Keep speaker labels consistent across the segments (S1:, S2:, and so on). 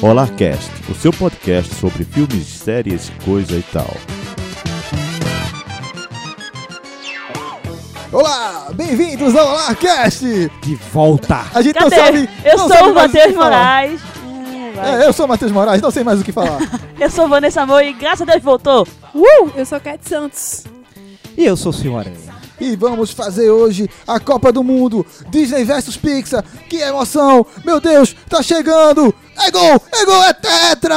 S1: Olá Cast, o seu podcast sobre filmes, séries, coisa e tal.
S2: Olá, bem-vindos ao Olarcast!
S3: De volta!
S2: A gente não
S4: Cadê?
S2: sabe.
S4: eu
S2: não
S4: sou
S2: sabe
S4: o
S2: mais que
S4: Matheus
S2: falar.
S4: Moraes. Hum, vai.
S2: É, eu sou o Matheus Moraes, não sei mais o que falar.
S4: Eu sou Vanessa Amor e graças a Deus voltou.
S5: Uh, eu sou Cat Santos.
S3: E eu sou o Senhor Aranha.
S2: e vamos fazer hoje a Copa do Mundo Disney vs Pixar. Que emoção! Meu Deus, tá chegando! É gol! É gol! É tetra!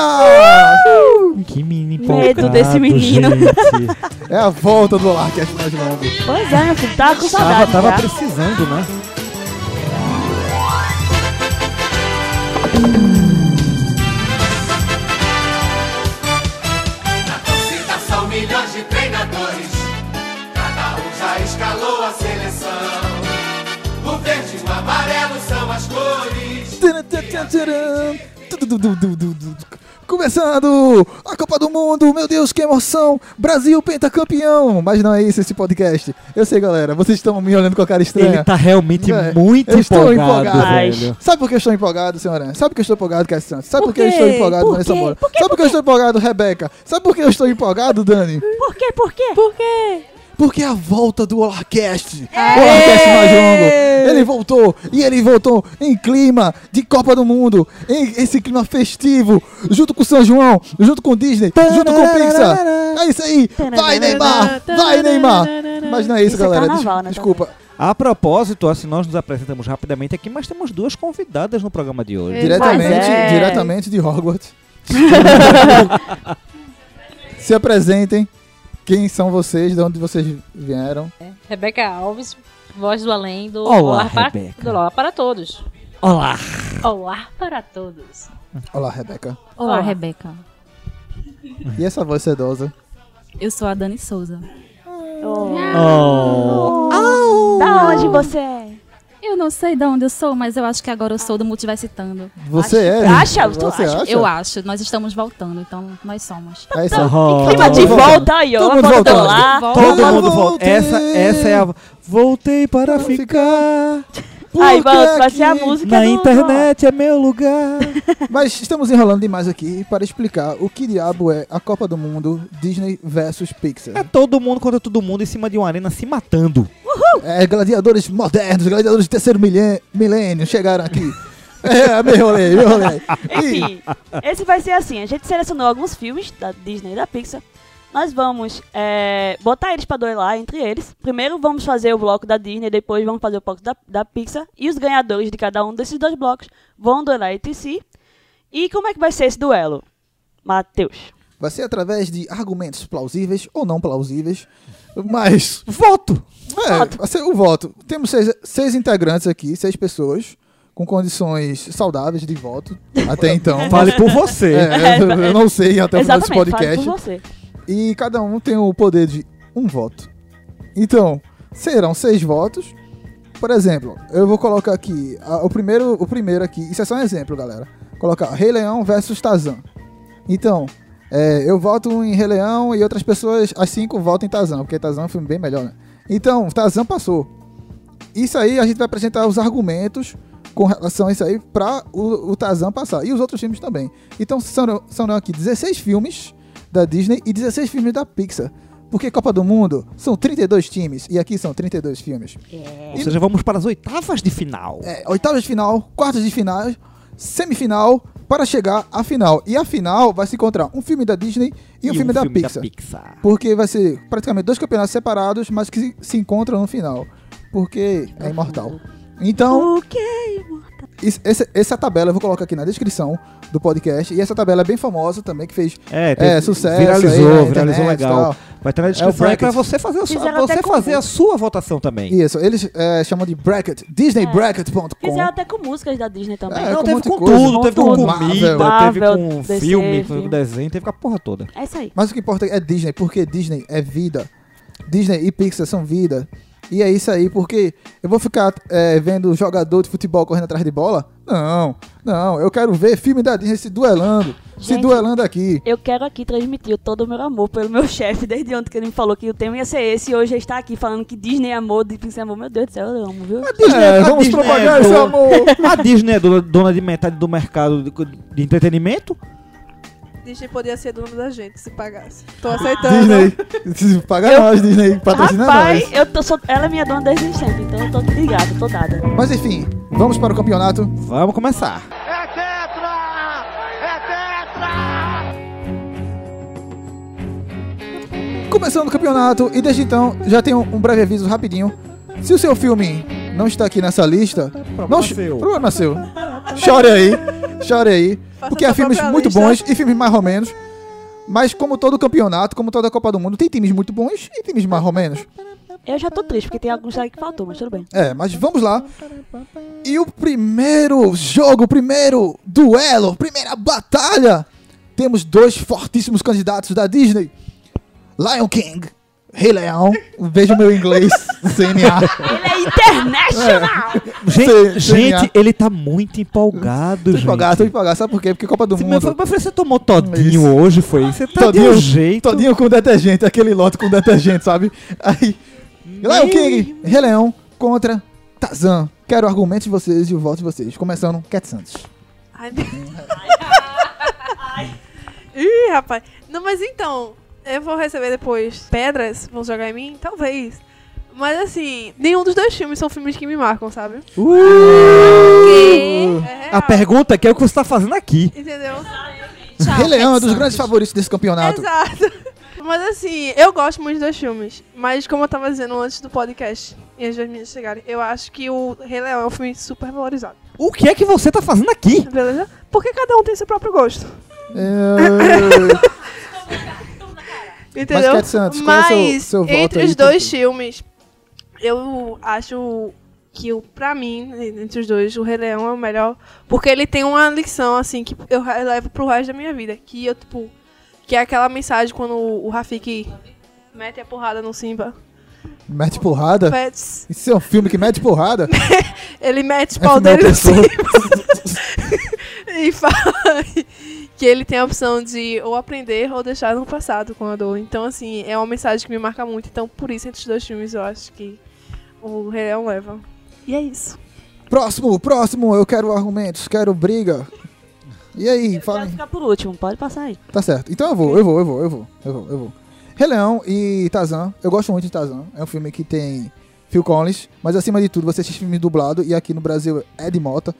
S3: Que mini
S4: Medo desse menino. Uh!
S2: é a volta do Olarcast mais longo.
S4: Pois é, meu filho, tava com
S3: tava,
S4: saudade.
S3: tava
S4: já.
S3: precisando, né?
S6: torcida são milhões de treinadores. Cada um já escalou a seleção. O verde e o amarelo são as cores.
S2: Começando a Copa do Mundo, meu Deus, que emoção! Brasil pentacampeão! Mas não é isso esse podcast. Eu sei, galera, vocês estão me olhando com a cara estranha.
S3: Ele tá realmente
S2: É,
S3: muito
S2: eu estou
S3: empolgado,
S2: empolgado.
S3: velho.
S2: Sabe por que eu estou empolgado, senhora? Sabe por que eu estou empolgado, Cassi Santos? Sabe por,
S5: Por
S2: que eu estou
S5: quê?
S2: empolgado,
S5: Por
S2: Vanessa
S5: quê?
S2: Moura?
S5: Por quê?
S2: Sabe por
S5: Por
S2: que eu estou empolgado, Rebeca? Sabe por que eu estou empolgado, Dani?
S4: Por quê? Por quê?
S5: Por quê?
S2: Porque é a volta do Olarcast. O Olarcast mais longo. Ele voltou. E ele voltou em clima de Copa do Mundo. Em esse clima festivo. Junto com São João. Junto com Disney. Junto com Pixar. É isso aí. Vai, Neymar. Vai, Neymar. Mas não é isso,
S4: Isso é
S2: galera. Des-
S4: carnaval, né,
S2: Desculpa.
S3: A propósito, assim, nós nos apresentamos rapidamente aqui, mas temos duas convidadas no programa de hoje.
S5: É.
S2: Diretamente,
S4: Mas é.
S2: diretamente de Hogwarts. Se apresentem. Quem são vocês? De onde vocês vieram?
S7: Rebeca Alves, voz do além do
S3: Olá,
S7: para,
S3: Rebeca.
S7: do Olá para todos.
S3: Olá!
S7: Olá para todos.
S2: Olá, Rebeca.
S5: Olá, Rebeca.
S2: E essa voz sedosa?
S5: Eu sou a Dani Souza.
S4: Oh.
S3: Oh.
S4: Da onde você é?
S5: Eu não sei de onde eu sou, mas eu acho que agora eu sou do Multiversitando.
S2: Você é?
S4: acha? Tu
S2: Você
S4: acha?
S5: Eu acho. Nós estamos voltando, então nós somos.
S2: É isso.
S3: Oh.
S4: Então, Clima de
S2: voltando.
S4: volta aí, ó.
S2: Todo mundo
S4: Volta
S2: voltando.
S4: lá.
S5: Volta.
S3: Todo mundo volta.
S2: Voltei.
S3: Essa, essa é a. Voltei para ficar
S4: Aí
S2: Por que
S4: volta, vai ser a
S2: aqui?
S4: música
S3: na
S4: do-
S3: internet, é meu lugar.
S2: Mas estamos enrolando demais aqui para explicar o que diabo é a Copa do Mundo Disney versus
S3: É
S2: Pixar.
S3: todo mundo contra todo mundo em cima de uma arena se matando.
S2: É, gladiadores modernos, gladiadores do terceiro milhen- milênio chegaram aqui. É, me enrolei, me enrolei. E-
S4: Enfim, esse vai ser assim. A gente selecionou alguns filmes da Disney e da Pixar. Nós vamos é, botar eles pra duelar entre eles. Primeiro vamos fazer o bloco da Disney, depois vamos fazer o bloco da, da Pixar. E os ganhadores de cada um desses dois blocos vão duelar entre si. E como é que vai ser esse duelo? Matheus.
S2: Vai ser através de argumentos plausíveis ou não plausíveis, mas.
S3: Voto!
S2: É,
S4: Voto.
S2: vai ser o voto. Temos seis, seis integrantes aqui, seis pessoas, com condições saudáveis de voto até então.
S3: Fale por você.
S2: É, eu, eu não sei até o final desse
S4: Exatamente, faz
S2: Então podcast.
S4: por você.
S2: E cada um tem o poder de um voto. Então, serão seis votos. Por exemplo, eu vou colocar aqui a- o primeiro, o primeiro aqui. Isso é só um exemplo, galera. Colocar Rei Leão versus Tarzan. Então, é, eu voto em Rei Leão e outras pessoas, as cinco votam em Tarzan, porque Tarzan é um filme bem melhor, né? Então, Tarzan passou. Isso aí a gente vai apresentar os argumentos com relação a isso aí pra o, o Tarzan passar. E os outros filmes também. Então são, são aqui 16 filmes da Disney e 16 filmes da Pixar. Porque Copa do Mundo são 32 times e aqui são 32 filmes.
S3: Ou seja, vamos para as oitavas de final.
S2: É, oitavas de final, quartas de final, semifinal para chegar à final. E a final vai se encontrar um filme da Disney e, um, filme, da, Pixar.
S3: Pixar.
S2: Porque vai ser praticamente dois campeonatos separados, mas que se- se encontram no final. Porque é imortal. Então,
S4: O quê?
S2: Isso- esse- essa tabela eu vou colocar aqui na descrição do podcast. E essa tabela é bem famosa também, que fez
S3: É,
S2: é,
S3: teve-
S2: sucesso. aí
S3: Viralizou,
S2: na
S3: viralizou
S2: internet e
S3: legal.
S2: tal. É
S3: Vai estar na descrição aí
S2: bracket.
S3: pra você fazer a sua,
S4: Fizeram
S3: você
S4: até com
S3: fazer a
S4: música.
S3: sua votação também.
S2: Isso, eles é, chamam de bracket, disneybracket.com.
S4: Fizeram até com músicas da Disney também.
S2: É,
S4: É,
S3: Não,
S2: com um
S3: teve
S2: monte de
S3: com
S2: coisa.
S3: tudo, teve com
S2: Marvel.
S3: comida,
S4: Marvel,
S3: teve com
S4: DC,
S3: filme, teve com
S4: filme.
S3: desenho, teve com a porra toda.
S4: isso aí.
S2: Mas o que importa é Disney, porque Disney é vida. Disney e Pixar são vida. E é isso aí, porque eu vou ficar é, vendo jogador de futebol correndo atrás de bola? Não, não, eu quero ver filme da Disney se duelando, se
S4: Gente.
S2: duelando aqui.
S4: Eu quero aqui transmitir todo o meu amor pelo meu chefe, desde ontem que ele me falou que o tema ia ser esse, e hoje ele está aqui falando que Disney é amor, de Pixar é amor. Meu Deus do céu, eu amo, viu?
S2: Disney,
S3: É,
S2: vamos
S3: Disney
S2: propagar
S3: é
S2: esse
S3: boa.
S2: amor.
S3: A Disney é dona- dona de metade do mercado de, de entretenimento?
S8: Disney podia ser dono da gente se pagasse. Tô
S3: Ah,
S8: aceitando.
S2: Disney, paga nós, Disney, patrocina nós.
S4: Rapaz, eu tô, sou, ela é minha dona desde sempre, então eu tô ligada, tô dada.
S2: Mas enfim, vamos para o campeonato.
S3: Vamos começar.
S2: Começando o campeonato, e desde então, já tenho um breve aviso rapidinho. Se o seu filme não está aqui nessa lista, não ch-
S3: seu.
S2: Problema seu. Chore aí, chore aí. porque há
S8: sua
S2: filmes
S8: própria
S2: muito
S8: lista.
S2: bons e filmes mais ou menos. Mas como todo campeonato, como toda Copa do Mundo, tem times muito bons e times mais ou menos.
S4: Eu já tô triste, porque tem alguns aí que faltou, mas tudo bem.
S2: É, mas vamos lá. E o primeiro jogo, o primeiro duelo, primeira batalha. Temos dois fortíssimos candidatos da Disney. Lion King, Rei Leão. Veja o meu inglês, CNA.
S4: Ele é internacional!
S2: Sei,
S3: Gente,
S2: sei
S3: gente,
S2: ganhar.
S3: ele tá muito empolgado,
S2: Tô
S3: gente.
S2: empolgado, tô empolgado. Sabe por quê? Porque Copa do
S3: Você,
S2: Mundo.
S3: mas, mas você tomou todinho
S2: Isso.
S3: hoje, foi? Você tá de
S2: Todinho-
S3: um jeito.
S2: Todinho com detergente, aquele lote com detergente, sabe? Aí, Lion King, Rei Leão contra Tazan. Quero argumentos de vocês e o voto de vocês. Começando, Cat Santos.
S8: Ai, meu... Ih, rapaz. Não, mas então, eu vou receber depois pedras, vão jogar em mim? Talvez. Mas assim, nenhum dos dois filmes são filmes que me marcam, sabe?
S7: Que?
S8: É real,
S3: Uh! A pergunta é que é o que você tá fazendo aqui.
S8: entendeu?
S2: Rei Leão é um dos grandes favoritos desse
S3: Ah,
S2: campeonato.
S8: Exato. Mas assim, eu gosto muito dos dois filmes. Mas como eu tava dizendo antes do podcast e as duas meninas chegarem, eu acho que o Rei Leão é um filme super valorizado.
S3: O que é que você tá fazendo aqui?
S8: Beleza? Porque cada um tem seu próprio gosto.
S2: É,
S8: Entendeu?
S2: Cat Santos, qual é o seu-
S8: Mas,
S2: seu voto
S8: entre
S2: aí,
S8: os
S2: por
S8: dois
S2: quê?
S8: filmes, eu acho que, o- pra mim, entre os dois, o Rei Leão é o melhor. Porque ele tem uma lição, assim, que eu re- levo pro resto da minha vida. Que eu, tipo, que é aquela mensagem quando o o Rafiki mete a porrada no Simba.
S2: Mete porrada?
S8: Pets,
S2: Isso é um filme que mete porrada?
S8: ele mete
S2: É
S8: o pau
S2: filme
S8: dele no
S2: opressor.
S8: Simba e fala que ele tem a opção de ou aprender ou deixar no passado com a dor. Então, assim, é uma mensagem que me marca muito. Então, por isso, entre os dois filmes, eu acho que o Rei Leão leva. E é isso.
S2: Próximo, próximo, eu quero argumentos, quero briga. E aí, fala
S4: Pode
S2: aí.
S4: ficar por último, pode passar aí.
S2: Tá certo. Então eu vou, eu vou, eu vou, eu vou, eu vou, eu vou. Rei Leão e Tarzan, eu gosto muito de Tarzan. É um filme que tem Phil Collins, mas acima de tudo, você assiste filme dublado e aqui no Brasil é Ed Mota.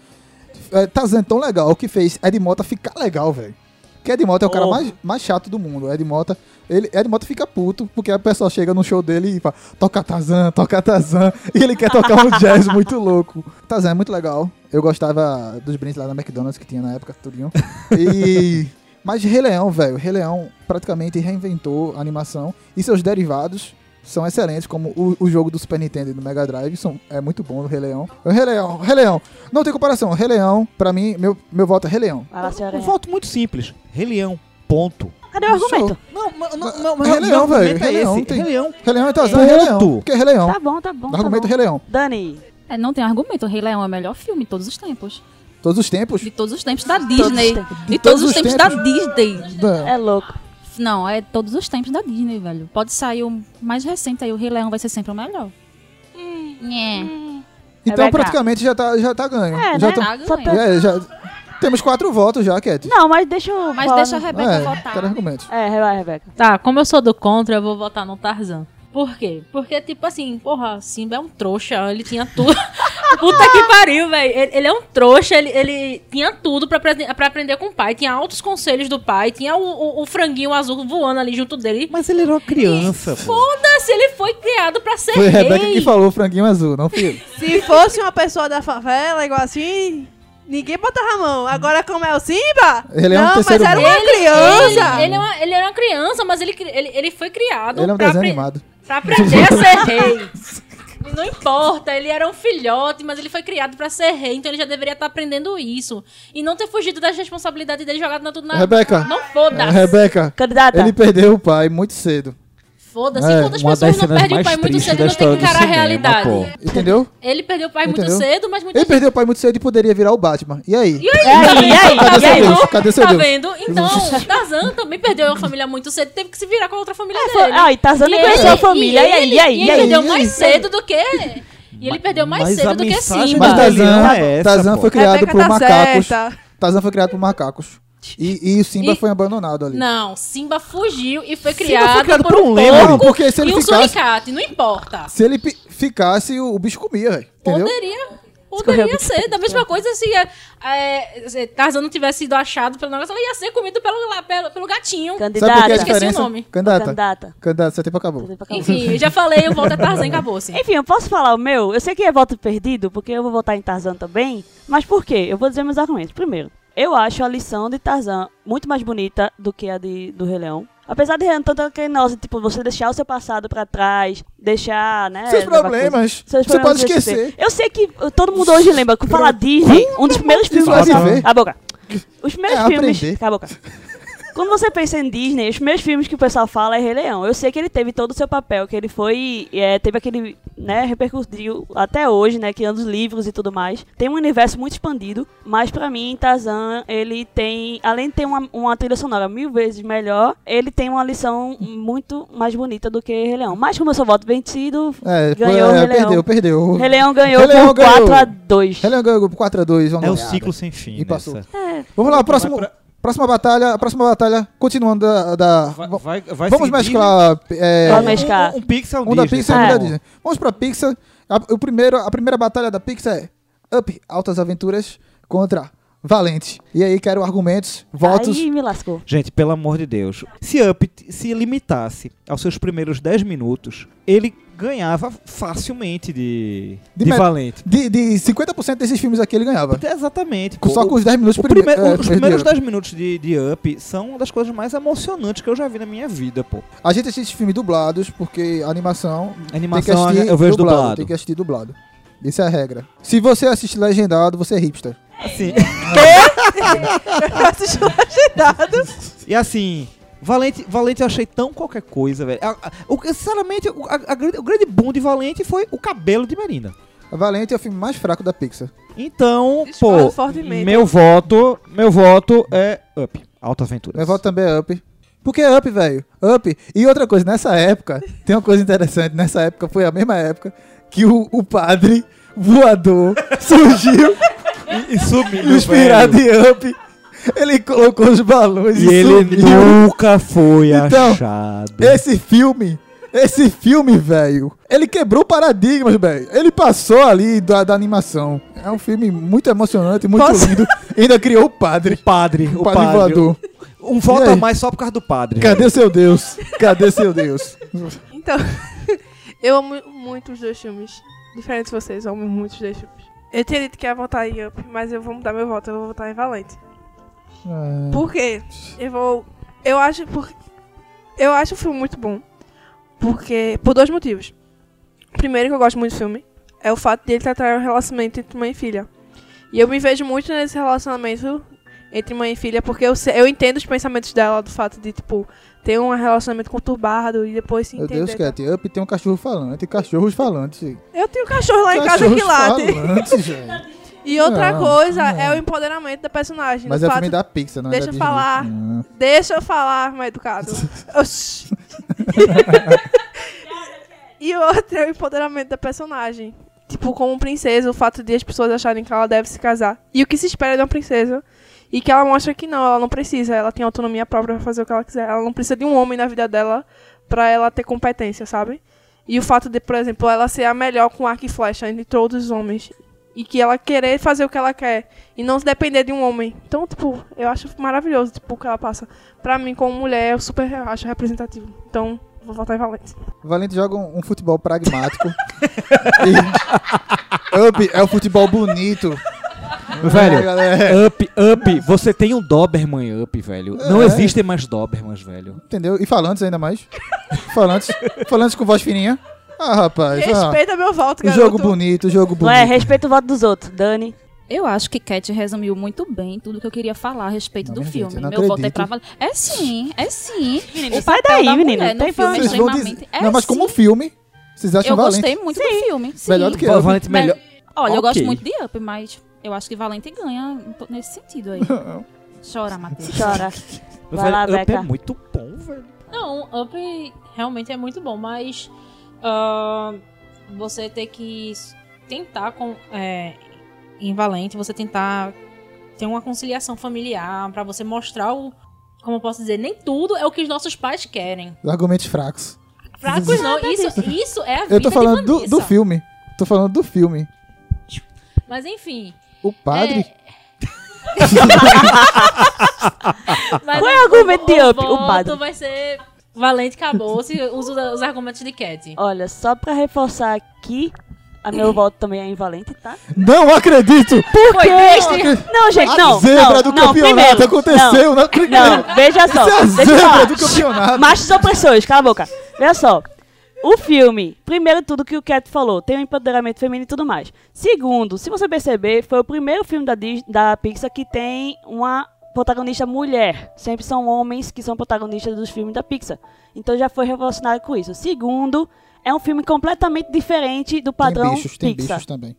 S2: É, Tarzan é tão legal que fez Ed Mota ficar legal, velho. Porque Ed Mota é o cara
S4: Oh.
S2: mais, mais chato do mundo. Ed Mota, ele, Ed Mota fica puto porque a pessoa chega no show dele e fala: toca Tarzan, toca Tarzan. E ele quer tocar um jazz muito louco. Tarzan é muito legal. Eu gostava dos brindes lá na McDonald's que tinha na época, tudinho. E. Mas Rei Leão, velho, Rei Leão praticamente reinventou a animação e seus derivados são excelentes, como o, o jogo do Super Nintendo e do Mega Drive são, é muito bom no Rei Leão. O Rei Leão, Rei Leão, não tem comparação. Rei Leão, pra mim, meu, meu voto é Rei Leão.
S4: Vai lá, senhora.
S3: Um voto muito simples. Rei Leão, ponto.
S4: Cadê o argumento?
S3: Não, mas-
S2: Mas-
S3: não, não, mas
S2: Rei
S3: meu
S2: Leão,
S3: argumento
S2: velho, Rei
S3: é esse.
S2: Leão tem-
S3: Rei Leão.
S2: Rei Leão é Tarzan, é Rei Leão,
S3: Ponto.
S2: porque é Rei Leão.
S4: Tá bom, tá bom. Tá
S2: argumento
S4: bom.
S2: Rei Leão.
S4: Dani,
S5: É, não tem argumento. O Rei Leão é o melhor filme de todos os tempos.
S2: Todos os
S4: É
S2: tempos.
S5: De todos os tempos da Disney.
S4: tempos.
S5: De todos os tempos da Disney.
S2: Da-
S4: é louco.
S5: Não, é todos os tempos da Disney, velho. Pode sair o mais recente aí. O Rei Leão vai ser sempre o melhor.
S7: Hum.
S5: Nhé.
S2: Então
S4: Rebeca.
S2: praticamente já tá, já tá ganho.
S4: É,
S2: já
S4: né?
S2: tô-
S5: Tá
S4: Só
S5: ganho.
S2: já-
S4: pra-
S2: já- Temos quatro votos já, Cat.
S4: Não, mas deixa eu.
S5: Mas
S4: falar-
S5: deixa a Rebeca
S2: é,
S5: votar.
S2: quero argumentos.
S4: É, vai, Rebeca.
S7: Tá, como eu sou do contra, eu vou votar no Tarzan. Por quê? Porque, tipo assim, porra, Simba é um trouxa, ele tinha tudo. Puta que pariu, velho. Ele, ele é um trouxa, ele, ele tinha tudo pra, apre- pra aprender com o pai. Tinha altos conselhos do pai, tinha o, o- o franguinho azul voando ali junto dele.
S3: Mas ele era uma criança, pô.
S7: Foda-se, ele foi criado pra ser
S2: Foi a
S7: rei.
S2: Rebeca que falou o franguinho azul, não fui eu.
S8: Se fosse uma pessoa da favela, igual assim, ninguém botava a mão. Agora, como é o Simba?
S2: Ele é um
S8: não, mas
S2: terceiro
S8: era uma criança.
S7: Ele, ele é uma- ele era uma criança, mas ele, cri- ele, ele foi criado
S2: Ele é um
S7: pra,
S2: desenho
S7: apre-
S2: animado.
S7: pra aprender a ser rei. Não importa, ele era um filhote, mas ele foi criado pra ser rei, então ele já deveria
S5: tá
S7: estar aprendendo isso. E não ter fugido das responsabilidades dele jogado na tudo na.
S9: É,
S2: É, Rebeca.
S7: Não foda-se.
S4: Ah, tá.
S2: Rebeca,
S4: Candidata.
S2: ele perdeu o pai muito cedo.
S5: Foda-se.
S2: É,
S5: Quantas
S9: uma das
S5: pessoas não
S9: cenas
S5: perdem o
S9: mais
S5: pai muito
S9: tristes
S5: cedo
S9: da
S5: e não tem
S9: história
S5: que
S9: do
S5: encarar a
S9: cinema,
S5: realidade?
S9: pô.
S2: Entendeu?
S5: Ele perdeu o pai muito
S2: Entendeu?
S5: cedo, mas muita
S2: Ele perdeu o pai muito cedo e poderia virar o Batman. E aí?
S5: E aí,
S4: e aí,
S5: tá
S4: e aí?
S5: vendo?
S2: Cadê seu
S5: tá
S2: Deus?
S5: vendo? Então, Tarzan também perdeu a família muito cedo, teve que se virar com a outra família dele.
S4: Ah, e Tarzan nem conheceu a família. E aí, e aí,
S5: ele
S4: e aí?
S5: perdeu
S2: e
S5: mais
S2: aí?
S5: cedo do que... E ele perdeu mais
S9: é- mas a
S5: cedo do que
S9: mensagem
S5: Simba.
S2: Mas
S9: Não,
S2: Tarzan,
S9: não é essa,
S2: Tarzan
S9: pô.
S2: foi criado
S8: Rebeca
S2: por
S8: tá
S2: macacos.
S8: certa.
S2: Tarzan foi criado por macacos. E, e o Simba
S5: E-
S2: foi abandonado ali.
S5: Não, Simba fugiu e
S9: Simba foi
S5: foi criado,
S9: criado
S5: por
S9: por
S5: um
S9: um
S5: porco
S9: leão.
S2: Não, porque se ele
S5: e um
S2: ficasse-
S5: suricate, não importa.
S2: Se ele pi- ficasse, o, o bicho comia, velho. Entendeu?
S5: Poderia, poderia ser. Da mesma coisa se é, é, se Tarzan não tivesse sido achado pelo negócio, ela ia ser comido pelo, lá- pelo, pelo gatinho.
S2: Sabe qual que é a
S5: Esqueci o
S4: Candidata.
S2: diferença?
S5: nome.
S2: Candidata. Candidata.
S4: Candidata.
S2: seu tempo acabou.
S5: Enfim, eu já falei, o volta Tarzan e assim. acabou-se.
S4: Enfim, eu posso falar o meu? Eu sei que é voto perdido, porque eu vou votar em Tarzan também. Mas por quê? Eu vou dizer meus argumentos. Primeiro, eu acho a lição de Tarzan muito mais bonita do que a de, do Rei Leão. Apesar de Rei Leão tanto aquele nossa, tipo, você deixar o seu passado pra trás, deixar, né...
S2: Seus
S4: levar
S2: problemas,
S4: coisa- seus
S2: você pode
S4: que
S2: esquecer.
S4: tem. Eu sei que uh, todo mundo hoje lembra, que falar Disney, um dos primeiros filmes...
S2: vai
S4: Cala
S2: ver.
S4: a boca. Os primeiros
S2: É,
S4: filmes...
S2: aprender.
S4: Cala a boca. Quando você pensa em Disney, os meus filmes que o pessoal fala é Rei Leão. Eu sei que ele teve todo o seu papel, que ele foi. é, teve aquele. né, repercutiu até hoje, né? Criando os livros e tudo mais. Tem um universo muito expandido, mas pra mim, Tarzan, ele tem. Além de ter uma, uma trilha sonora mil vezes melhor, ele tem uma lição muito mais bonita do que Rei Leão. Mas como eu sou voto vencido,
S2: É, foi-
S4: ganhou o
S2: é,
S4: Rei
S2: perdeu,
S4: Leão.
S2: perdeu.
S4: Rei Leão ganhou
S2: Rei Leão
S4: por
S2: ganhou.
S4: 4x2.
S2: Ele ganhou por 4x2.
S10: É o ciclo sem fim.
S9: né,
S2: E passou.
S10: nessa.
S2: Vamos lá, próximo, próxima batalha. A próxima batalha, continuando da. da-
S10: Vai,
S2: va-
S10: vai, vai
S2: vamos
S10: seguir
S2: mesclar.
S9: né?
S2: É,
S4: Vamos mesclar.
S10: Um, um Pixar, um,
S2: um da
S10: Disney,
S9: é
S2: Pixar e
S10: tá
S5: É.
S2: um da
S10: bom.
S2: Disney. Vamos pra Pixar. A, o primeiro, a primeira batalha da Pixar é Up Altas Aventuras contra Valente. E aí, quero argumentos, votos.
S4: Aí me lascou.
S9: Gente, pelo amor de Deus. Se Up t- se limitasse aos seus primeiros 10 minutos, ele ganhava facilmente de,
S2: De
S9: de,
S2: me-
S9: valente.
S2: De, de 50% desses filmes aqui ele ganhava.
S9: Até Exatamente. pô.
S2: Só com os 10 minutos
S9: O
S2: prime-
S9: prime-
S2: é,
S9: os
S2: perderam.
S9: primeiros 10 minutos de, de Up são uma das coisas mais emocionantes que eu já vi na minha vida, pô.
S2: A gente assiste filmes dublados, porque a animação.
S9: Animação, né? eu vejo dublado.
S2: Tem que assistir dublado. Isso é a regra. Se você assiste legendado, você é hipster.
S9: Assim, É.
S8: Eu assisti legendado.
S9: e assim, Valente, Valente eu achei tão qualquer coisa, velho. A- a- o- sinceramente, o, a- a grande- o grande boom de Valente foi o cabelo de Marina.
S2: Valente é o filme mais fraco da Pixar.
S9: Então,
S8: Discordo
S9: pô,
S8: fortemente.
S9: meu voto, meu voto é Up, Alta Aventura.
S2: Meu voto também é Up. Porque é Up, velho. Up. E outra coisa, nessa época, tem uma coisa interessante. Nessa época, foi a mesma época que o, o padre voador surgiu,
S10: E, e sumiu.
S2: é inspirado em Up. Ele colocou os balões e,
S9: E ele
S2: sumiu.
S9: nunca foi
S2: Então,
S9: achado.
S2: Esse filme, esse filme, velho, ele quebrou paradigmas, velho. Ele passou ali da, da animação. É um filme muito emocionante, muito
S8: Posso-
S2: lindo. Ainda criou o padre.
S9: padre,
S2: O padre, voador.
S9: Um
S2: E
S9: voto
S2: aí?
S9: a mais só por causa do padre.
S2: Cadê seu Deus? Cadê seu Deus?
S8: Então, eu amo muito os dois filmes. Diferente de vocês, eu amo muito os dois filmes. Eu tinha dito que ia votar em Up, mas eu vou mudar meu voto, eu vou votar em Valente.
S2: É.
S8: Por quê? Eu vou. Eu acho. Por, eu acho o filme muito bom. Porque. Por dois motivos. Primeiro que eu gosto muito do filme. É o fato dele tratar o relacionamento entre mãe e filha. E eu me vejo muito nesse relacionamento entre mãe e filha, porque eu, sei- eu entendo os pensamentos dela, do fato de, tipo, ter um relacionamento conturbado e depois se
S2: Meu
S8: entender.
S2: Deus, Cat, Up tem um cachorro falante, cachorros falantes.
S8: Eu tenho cachorro lá em casa
S2: Cachorros
S8: que late.
S2: falantes, gente.
S8: E outra
S2: Não,
S8: coisa é o empoderamento da personagem.
S2: Mas
S8: do
S2: é
S8: fato
S2: filme da Pixar, não é
S8: Deixa
S2: da
S8: eu
S2: Disney.
S8: falar.
S2: Não.
S8: Deixa eu falar, mal educado. Oxi. e outra é o empoderamento da personagem. Tipo, como princesa, o fato de as pessoas acharem que ela deve se casar. E o que se espera de uma princesa. E que ela mostra que não, ela não precisa. Ela tem autonomia própria pra fazer o que ela quiser. Ela não precisa de um homem na vida dela pra ela ter competência, sabe? E o fato de, por exemplo, ela ser a melhor com arco e flecha entre todos os homens. E que ela querer fazer o que ela quer. E não se depender de um homem. Então, tipo, eu acho maravilhoso, tipo, o que ela passa. Pra mim, como mulher, eu super acho representativo. Então, vou votar em Valente.
S2: Valente joga um, um futebol pragmático. E Up é o futebol bonito. É,
S9: Velho,
S2: galera.
S9: Up, Up, você tem um Doberman Up, velho. Não
S2: É.
S9: existem mais Dobermans, velho.
S2: Entendeu? E falantes ainda mais. Falantes. falantes com voz fininha. Ah, rapaz. ah.
S8: Respeita meu voto,
S2: O
S8: garoto.
S2: um jogo bonito, o jogo
S4: Não é,
S2: bonito.
S4: respeita o voto dos outros. Dani.
S5: Eu acho que Cat resumiu muito bem tudo que eu queria falar a respeito
S2: Não,
S5: do
S2: minha
S5: filme.
S2: gente, eu não
S5: Meu voto é
S2: acredito.
S5: pra valer. É sim, é sim.
S4: Menino,
S5: o
S4: sai
S5: papel
S4: daí,
S5: da mulher
S4: menino,
S5: no
S4: tem
S5: filme é
S2: Vocês vão
S5: extremamente.
S2: dizer...
S5: É,
S2: não, mas
S5: sim.
S2: como filme, vocês acham
S5: Eu
S2: valente?
S5: gostei muito do filme. Sim.
S2: Melhor do que é eu.
S3: Valente melhor.
S5: Olha, eu
S3: Ok.
S5: gosto muito de Up, mas eu acho que Valente ganha em to- nesse sentido aí. Chora, Matheus.
S4: Chora. Vai
S3: Velho,
S4: lá,
S3: Up é
S4: Beca.
S3: muito bom, velho.
S7: Não, Up realmente é muito bom, mas ah, você ter que s- tentar com, é, em Valente, você tentar ter uma conciliação familiar pra você mostrar o como eu posso dizer, nem tudo é o que os nossos pais querem.
S2: Argumentos fracos.
S7: Fracos não, isso, isso é a vida
S2: Eu tô falando
S7: de
S2: do, do
S7: Vanessa.
S2: filme. Tô falando do filme.
S7: Mas enfim.
S2: O padre...
S7: Mas
S4: Qual é o argumento de Up?
S7: voto
S4: O padre.
S7: vai ser Valente acabou se usa os argumentos de Cat.
S4: Olha, só pra reforçar aqui, a meu voto também é invalente, tá?
S2: Não acredito!
S4: Porque... Não, gente, não.
S2: a zebra
S4: não,
S2: do
S4: não,
S2: campeonato
S4: primeiro,
S2: aconteceu, não, acredito.
S4: Não, não, veja só.
S2: Isso é a
S4: deixa eu
S2: zebra
S4: falar.
S2: do campeonato.
S4: Machos opressores, cala a boca. Veja só. O filme, primeiro tudo que o Cat falou, tem um empoderamento feminino e tudo mais. Segundo, se você perceber, foi o primeiro filme da, Dis- da Pixar que tem uma protagonista mulher. Sempre são homens que são protagonistas dos filmes da Pixar. Então já foi revolucionário com isso. Segundo, é um filme completamente diferente do padrão
S2: tem bichos, tem
S4: Pixar
S2: bichos também.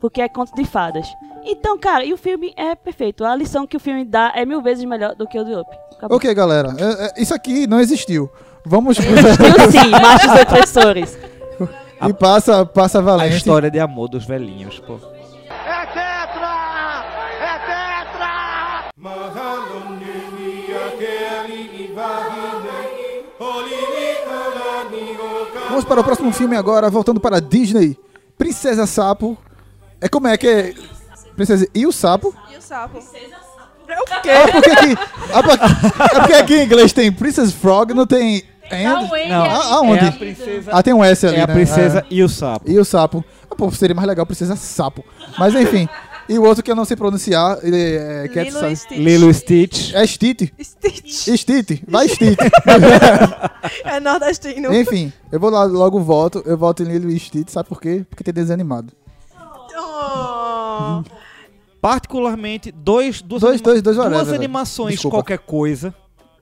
S4: porque é conto de fadas. Então, cara, e o filme é perfeito. A lição que o filme dá é mil vezes melhor do que o do Up. Acabou.
S2: Ok, galera. é- é- isso aqui não existiu. Vamos...
S4: Eu Então, sim, machos opressores.
S2: e passa, passa
S3: A
S2: valente.
S3: história de amor dos velhinhos, pô.
S2: Vamos para o próximo filme agora, voltando para a Disney. Princesa Sapo. É como é que é? Princesa e o Sapo?
S8: E o sapo?
S2: É porque aqui, é porque- é porque aqui em inglês tem Princess Frog, não tem and.
S7: Não,
S3: Não.
S2: Ah,
S9: É a
S2: aonde?
S9: princesa,
S2: Ah, tem um S ali,
S9: é a
S2: né?
S9: princesa e o sapo.
S2: É. E o Sapo. Ah, pô, seria mais legal Princesa Sapo. Mas enfim. E o outro que eu não sei pronunciar, ele é... Cat
S8: Lilo
S2: Sa-
S8: e Stitch.
S9: Lilo e Stitch.
S2: É Stitch.
S8: Stitch.
S2: Stitch. Vai Stitch.
S8: É nordestino.
S2: enfim, eu vou lá logo voto. Eu voto em Lilo e Stitch, sabe por quê? Porque tem desenho animado.
S8: Então, Oh.
S9: Particularmente, dois, duas,
S2: Dois- dois- dois
S9: duas
S2: whatever, velho.
S9: animações
S2: Desculpa.
S9: qualquer coisa.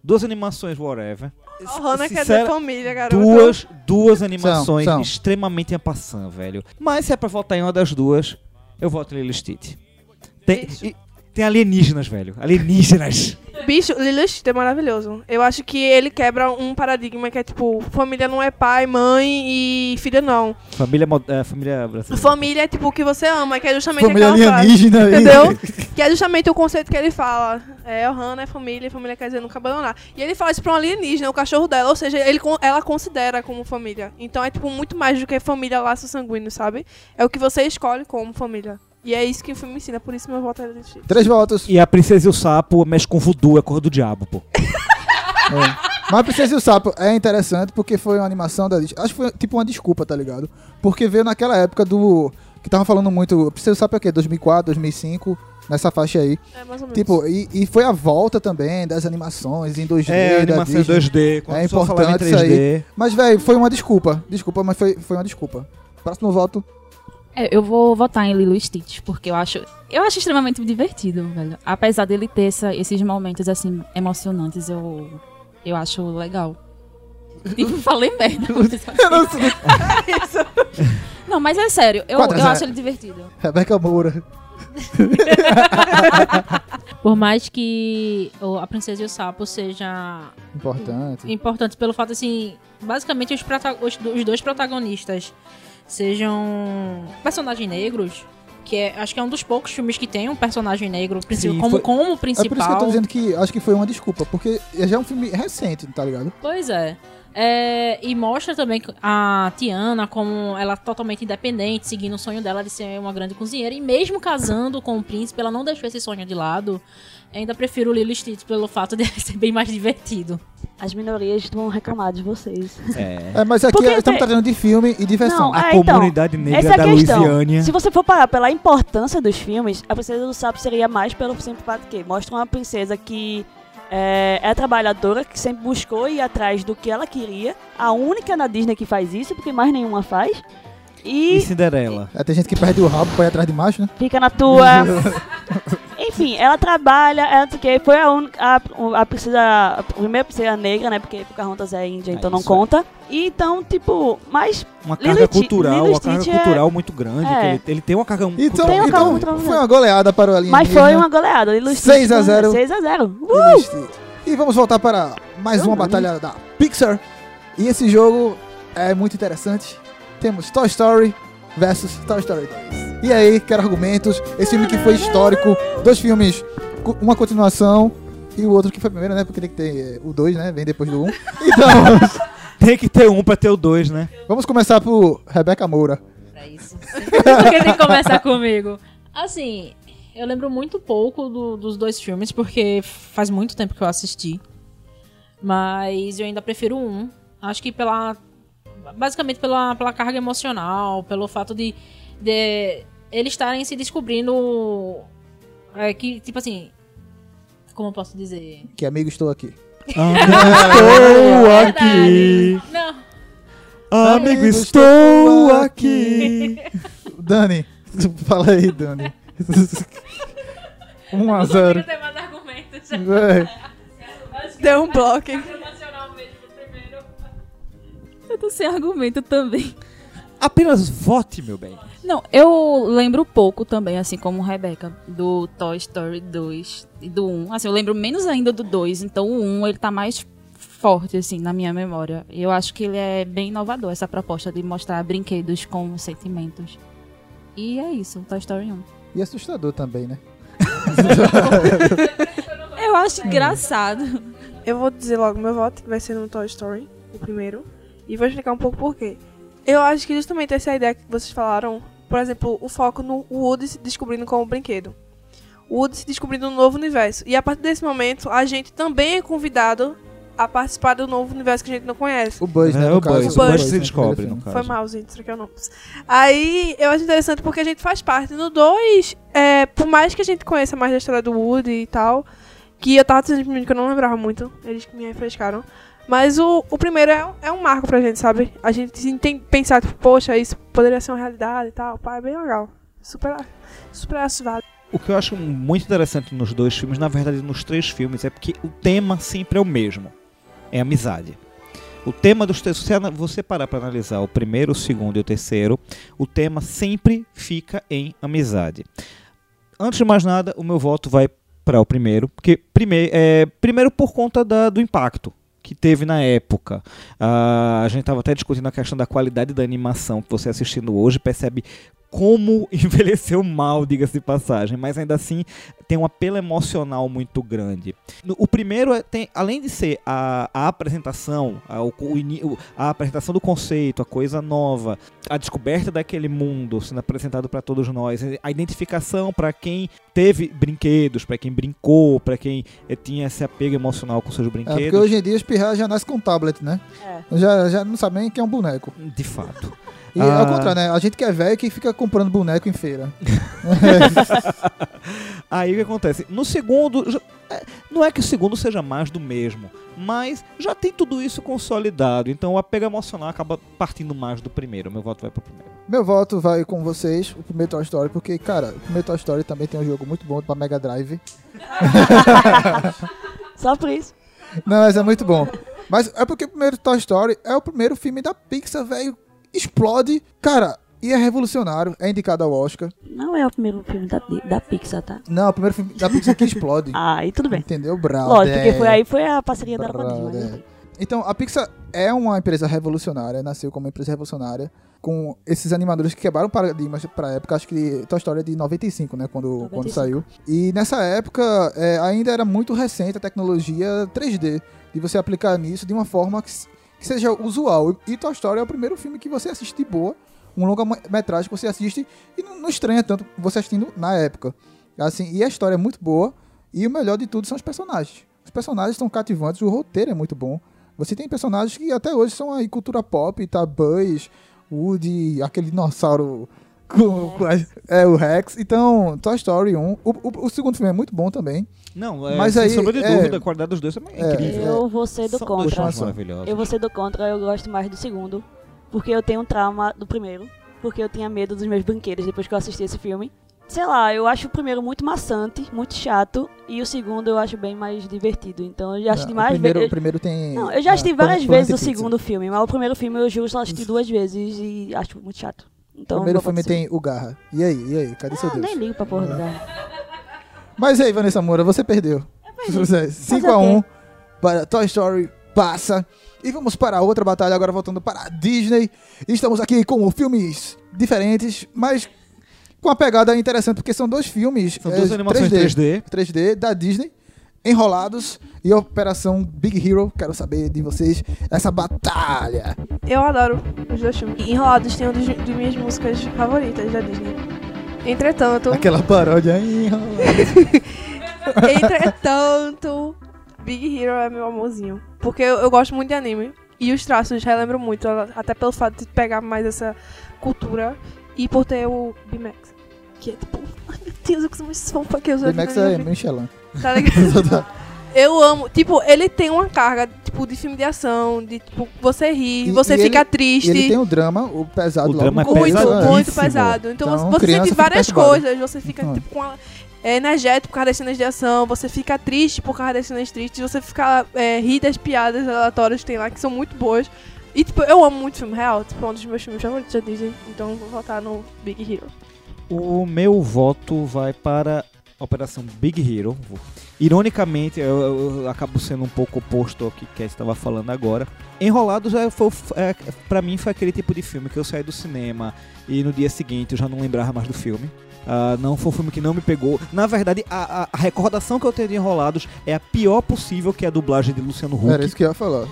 S9: Duas animações whatever.
S8: A Rona
S4: é
S8: quer
S9: Sincera-
S2: é
S8: dizer família, garoto.
S9: Duas, duas animações
S2: são.
S9: extremamente em passant, velho. Mas se é pra votar em uma das duas, eu voto em Lilo e Stitch. Tem, e- tem alienígenas, velho. Alienígenas.
S8: Bicho, Lilo e Stitch é maravilhoso. Eu acho que ele quebra um paradigma que é tipo, família não é pai, mãe e filho não.
S9: família, mo- é, família brasileira.
S8: Família é tipo o que você ama, que é justamente
S2: Família
S8: aquela frase.
S2: alienígena. e-
S8: Entendeu? Que é justamente o conceito que ele fala. É, o Hannah é família, família quer dizer nunca abandonar. E ele fala isso pra um alienígena, o cachorro dela, ou seja, ele, con- ela considera como família. Então é, tipo, muito mais do que família laço sanguíneo, sabe? É o que você escolhe como família. E é isso que o filme ensina, por isso meu voto é desse tipo.
S2: Três votos.
S9: E a princesa e o sapo mexe com voodoo, é cor do diabo, pô.
S2: Mas Princesa e o Sapo é interessante porque foi uma animação da Disney. Acho que foi tipo uma desculpa, tá ligado? Porque veio naquela época do. Que tava falando muito. Princesa e o Sapo é o quê? 2004, 2005, nessa faixa aí.
S8: É mais ou menos.
S2: Tipo, e, e foi a volta também das animações em 2D.
S9: É,
S2: da
S9: animação em
S2: Disney.
S9: 2D. Quando
S2: É
S9: o pessoal falava
S2: importante isso Mas, velho, foi uma desculpa. Desculpa, mas foi, foi uma desculpa. Próximo voto.
S5: É, eu vou votar em Lilo e Stitch, porque eu acho. Eu acho extremamente divertido, velho. Apesar dele ter essa- esses momentos, assim, emocionantes, eu. Eu acho legal. Tipo, falei merda. assim.
S2: Eu não sei.
S5: Não, mas é sério, eu,
S2: Quatro a
S5: eu
S2: zero.
S5: acho ele divertido.
S2: Rebeca Moura.
S7: Por mais que o- a Princesa e o Sapo seja
S2: Importante.
S7: importante pelo fato assim, basicamente os, prota- os do- os dois protagonistas sejam personagens negros, que é, acho que é um dos poucos filmes que tem um personagem negro princi-
S9: Sim,
S7: como,
S9: foi-
S7: como
S2: É por isso que eu
S7: principal.
S2: tô dizendo que acho que foi uma desculpa. Porque já é um filme recente, tá ligado?
S7: Pois é. É, e mostra também a Tiana como ela é totalmente independente, seguindo o sonho dela de ser uma grande cozinheira. E mesmo casando com o príncipe, ela não deixou esse sonho de lado. Ainda prefiro o Lilo e Stitch pelo fato de ser bem mais divertido.
S4: As minorias vão reclamar de vocês.
S9: É.
S2: É, mas aqui
S4: Porque
S2: estamos
S4: tem-
S2: tratando de filme e diversão.
S4: Não,
S9: A
S4: é, então,
S9: comunidade negra
S4: Essa é a
S9: da
S4: questão.
S9: Louisiana.
S4: Se você for parar pela importância dos filmes, a Princesa do Sapo seria mais pelo simples fato que mostra uma princesa que é, é trabalhadora, que sempre buscou ir atrás do que ela queria. A única na Disney que faz isso, porque mais nenhuma faz.
S9: E
S4: E
S9: Cinderela.
S2: Ah, Tem gente que perde o rabo pra ir atrás de macho, né?
S4: fica na tua. Enfim, ela trabalha, ela não sei o quê, foi a única, a, a princesa, a primeira princesa negra, né, porque Pocahontas é índia,
S9: É
S4: então não
S9: isso,
S4: conta. E então, tipo, mas
S9: Uma
S4: Lilo
S9: carga
S4: e Ti-
S9: cultural,
S4: Lilo e
S9: uma carga
S4: Stitch é-
S9: cultural muito grande.
S4: é.
S9: que ele, ele tem uma carga
S2: Então,
S9: cultural
S4: Tem um
S9: muito
S4: carro
S2: então
S9: grande.
S4: contra-
S2: foi uma goleada para o alienígena.
S4: Mas foi uma goleada. ilustre.
S2: 6 a 0.
S4: 6 né, a 0. Uh!
S2: Ilustrito. E vamos voltar para mais uma batalha da Pixar. E esse jogo é muito interessante. Temos Toy Story versus Toy Story 2. E aí, quero argumentos. Esse filme que foi histórico. Dois filmes, cu- uma continuação e o outro que foi primeiro, né? Porque tem que ter eh, o 2, né? Vem depois do 1. Um. Então,
S9: Tem que ter um pra ter o dois, né?
S2: vamos começar por Rebeca Moura.
S7: pra isso. Porque tem que começar comigo. Assim, eu lembro muito pouco do- dos dois filmes, porque faz muito tempo que eu assisti. Mas eu ainda prefiro um. Acho que pela. Basicamente pela, pela carga emocional, pelo fato de, de eles estarem se descobrindo. é, que, tipo assim. Como eu posso dizer?
S2: Que amigo estou aqui.
S9: É Estou
S7: Verdade. Não,
S9: amigo, estou aqui.
S2: Dani, fala aí, Dani. 1 a É.
S7: não
S2: 0.
S7: consigo ter mais argumentos.
S2: Véi.
S8: Deu um bloco, hein?
S5: Eu tô sem argumento também.
S9: Apenas vote, meu bem.
S5: Não, eu lembro pouco também, assim como Rebeca, do Toy Story 2 e do 1. Assim, eu lembro menos ainda do 2, então o 1 ele tá mais forte, assim, na minha memória. E Eu acho que ele é bem inovador, essa proposta de mostrar brinquedos com sentimentos. E é isso, Toy Story 1.
S2: E assustador também, né?
S5: Eu acho engraçado.
S8: Eu vou dizer logo meu voto, vai ser no Toy Story, o primeiro. E vou explicar um pouco por quê. Eu acho que justamente essa é ideia que vocês falaram, por exemplo, o foco no Woody se descobrindo como brinquedo. O Woody se descobrindo um novo universo. E a partir desse momento, a gente também é convidado a participar do novo universo que a gente não conhece.
S2: O Buzz, né?
S9: É,
S2: no
S9: o
S2: caso.
S9: Buzz.
S8: O Buzz
S9: se
S2: né,
S9: descobre,
S2: primeiro
S9: no
S8: Foi
S9: caso.
S8: mal, gente, troquei o nome. Aí eu acho interessante porque a gente faz parte no 2. É, por mais que a gente conheça mais da história do Woody e tal, que eu tava dizendo pra mim que eu não lembrava muito, eles que me refrescaram. Mas o, o primeiro é, um- é um marco pra gente, sabe? A gente se tem pensar, tipo, poxa, isso poderia ser uma realidade e tal. Pá, é bem legal. Super, super assustado.
S9: O que eu acho muito interessante nos dois filmes, na verdade nos três filmes, é porque o tema sempre é o mesmo. É amizade. O tema dos três, se ana- você parar para analisar o primeiro, o segundo e o terceiro, o tema sempre fica em amizade. Antes de mais nada, o meu voto vai para o primeiro, porque primeiro, é, primeiro por conta da- do impacto que teve na época. Ah, a gente estava até discutindo a questão da qualidade da animação que você assistindo hoje percebe como envelheceu mal, diga-se de passagem, mas ainda assim tem um apelo emocional muito grande. No- O primeiro é- tem, além de ser a, a apresentação, a, o- o ini- o- a apresentação do conceito, a coisa nova, a descoberta daquele mundo sendo apresentado para todos nós, a identificação para quem teve brinquedos, para quem brincou, para quem eh, tinha esse apego emocional com seus
S2: É, porque
S9: brinquedos.
S2: hoje em dia os pirras já nascem com tablet, né?
S4: É.
S2: Já, já não sabem que é um boneco.
S9: De fato.
S2: E
S9: Ah.
S2: ao contrário, né? A gente que é velho que fica comprando boneco em feira.
S9: Aí o que acontece? No segundo, já- é, não é que o segundo seja mais do mesmo, mas já tem tudo isso consolidado. Então o apego emocional acaba partindo mais do primeiro. Meu voto vai pro primeiro.
S2: Meu voto vai com vocês, o primeiro Toy Story, porque, cara, o primeiro Toy Story também tem um jogo muito bom pra Mega Drive.
S4: Só por isso.
S2: Não, mas é muito bom. Mas é porque o primeiro Toy Story é o primeiro filme da Pixar, velho. Explode. Cara, e é revolucionário. É indicado ao Oscar.
S4: Não é o primeiro filme da, da Pixar, tá?
S2: Não, é o primeiro filme da Pixar que explode.
S4: Ah, e tudo bem.
S2: Entendeu? Brother.
S4: Lógico,
S9: é.
S4: porque foi aí foi a parceria dela com a Disney. mas
S2: Brother.
S4: enfim.
S2: Então, a Pixar é uma empresa revolucionária, nasceu como uma empresa revolucionária, com esses animadores que quebraram paradigmas pra época, acho que Toy Story é de 95, né, quando, quando
S4: 95.
S2: saiu. E nessa época, é, ainda era muito recente a tecnologia 3D, de você aplicar nisso de uma forma que, s- que seja usual. E Toy Story é o primeiro filme que você assiste de boa, um longa-metragem que você assiste e não, não estranha tanto você assistindo na época. Assim, e a história é muito boa, e o melhor de tudo são os personagens. Os personagens são cativantes, o roteiro é muito bom. Você tem personagens que até hoje são aí cultura pop, tá? Buzz, Woody, aquele dinossauro com, com a- é o Rex. Então, Toy Story 1. O, o- o segundo filme é muito bom também.
S9: Não, é,
S2: Mas
S9: sem
S2: aí,
S9: sombra de
S2: é-
S9: dúvida, a qualidade dos dois é, incrível.
S4: Eu vou ser do
S9: São dois
S4: contra.
S9: filmes maravilhosos.
S4: Eu vou ser do contra, eu gosto mais do segundo. Porque eu tenho um trauma do primeiro. porque eu tinha medo dos meus banqueiros depois que eu assisti esse filme. Sei lá, eu acho o primeiro muito maçante, muito chato, e o segundo eu acho bem mais divertido. Então eu já assisti
S2: Não,
S4: mais
S2: É, o primeiro,
S4: vezes.
S2: o primeiro tem.
S4: Não, eu já
S2: ah,
S4: assisti
S2: Planet-
S4: várias
S2: Planet
S4: vezes o
S2: Pizza.
S4: segundo filme, mas o primeiro filme eu juro só assisti duas vezes e acho muito chato.
S2: O
S4: Então,
S2: primeiro
S4: vou
S2: filme
S4: botar
S2: tem Ah. o Garra. E aí, e aí? Cadê seu
S4: assim. Ah,
S2: Deus?
S4: nem ligo pra porra do Garra.
S2: Mas e aí, Vanessa Moura, você perdeu. Você- 5
S4: Fazer
S2: a
S4: o
S2: 1 para Toy Story passa. E vamos para outra batalha agora voltando para a Disney. Estamos aqui com filmes diferentes, mas com uma pegada interessante porque são dois filmes,
S9: São
S2: eh,
S9: duas animações 3D.
S2: 3D da Disney, Enrolados e Operação Big Hero. Quero saber de vocês essa batalha.
S8: Eu adoro os dois filmes. E Enrolados tem uma das, das minhas músicas favoritas da Disney. Entretanto,
S2: Aquela paródia Enrolados.
S8: entretanto, Big Hero é meu amorzinho. Porque eu, eu gosto muito de anime. E os traços relembram muito, a- até pelo fato de pegar mais essa cultura. E por ter o B-Max. Que é tipo, ai meu Deus, eu consigo mais fã que eu sou.
S2: Max é Michelin.
S8: Tá ligado? Eu amo, tipo, ele tem uma carga, tipo, de filme de ação, de tipo, você ri,
S2: E-
S8: você
S2: e
S8: fica
S2: ele- E
S8: triste.
S2: ele tem o drama, o pesado
S9: O
S2: logo
S9: drama
S2: no
S9: é
S8: muito,
S2: começo, né?
S9: pesadíssimo.
S8: muito pesado. Então,
S2: Então,
S8: você
S2: criança
S8: sente
S2: fica
S8: várias
S2: perturbada.
S8: coisas, você fica
S2: Então.
S8: tipo com a, é, energético por causa das cenas de ação, você fica triste por causa das cenas tristes, você fica é, ri das piadas aleatórias que tem lá, que são muito boas. E tipo, eu amo muito filme real, tipo, é um dos meus filmes favoritos da Disney, então vou votar no Big Hero.
S9: O meu voto vai para a Operação Big Hero. Ironicamente, eu, eu- eu acabo sendo um pouco oposto ao que Cat estava falando agora. Enrolados é, foi, o f- é, pra mim foi aquele tipo de filme que eu saí do cinema e no dia seguinte eu já não lembrava mais do filme. Ah, não foi um filme que não me pegou. Na verdade, a, a- a recordação que eu tenho de Enrolados é a pior possível, que é a dublagem de Luciano Huck,
S2: Era isso que eu ia falar.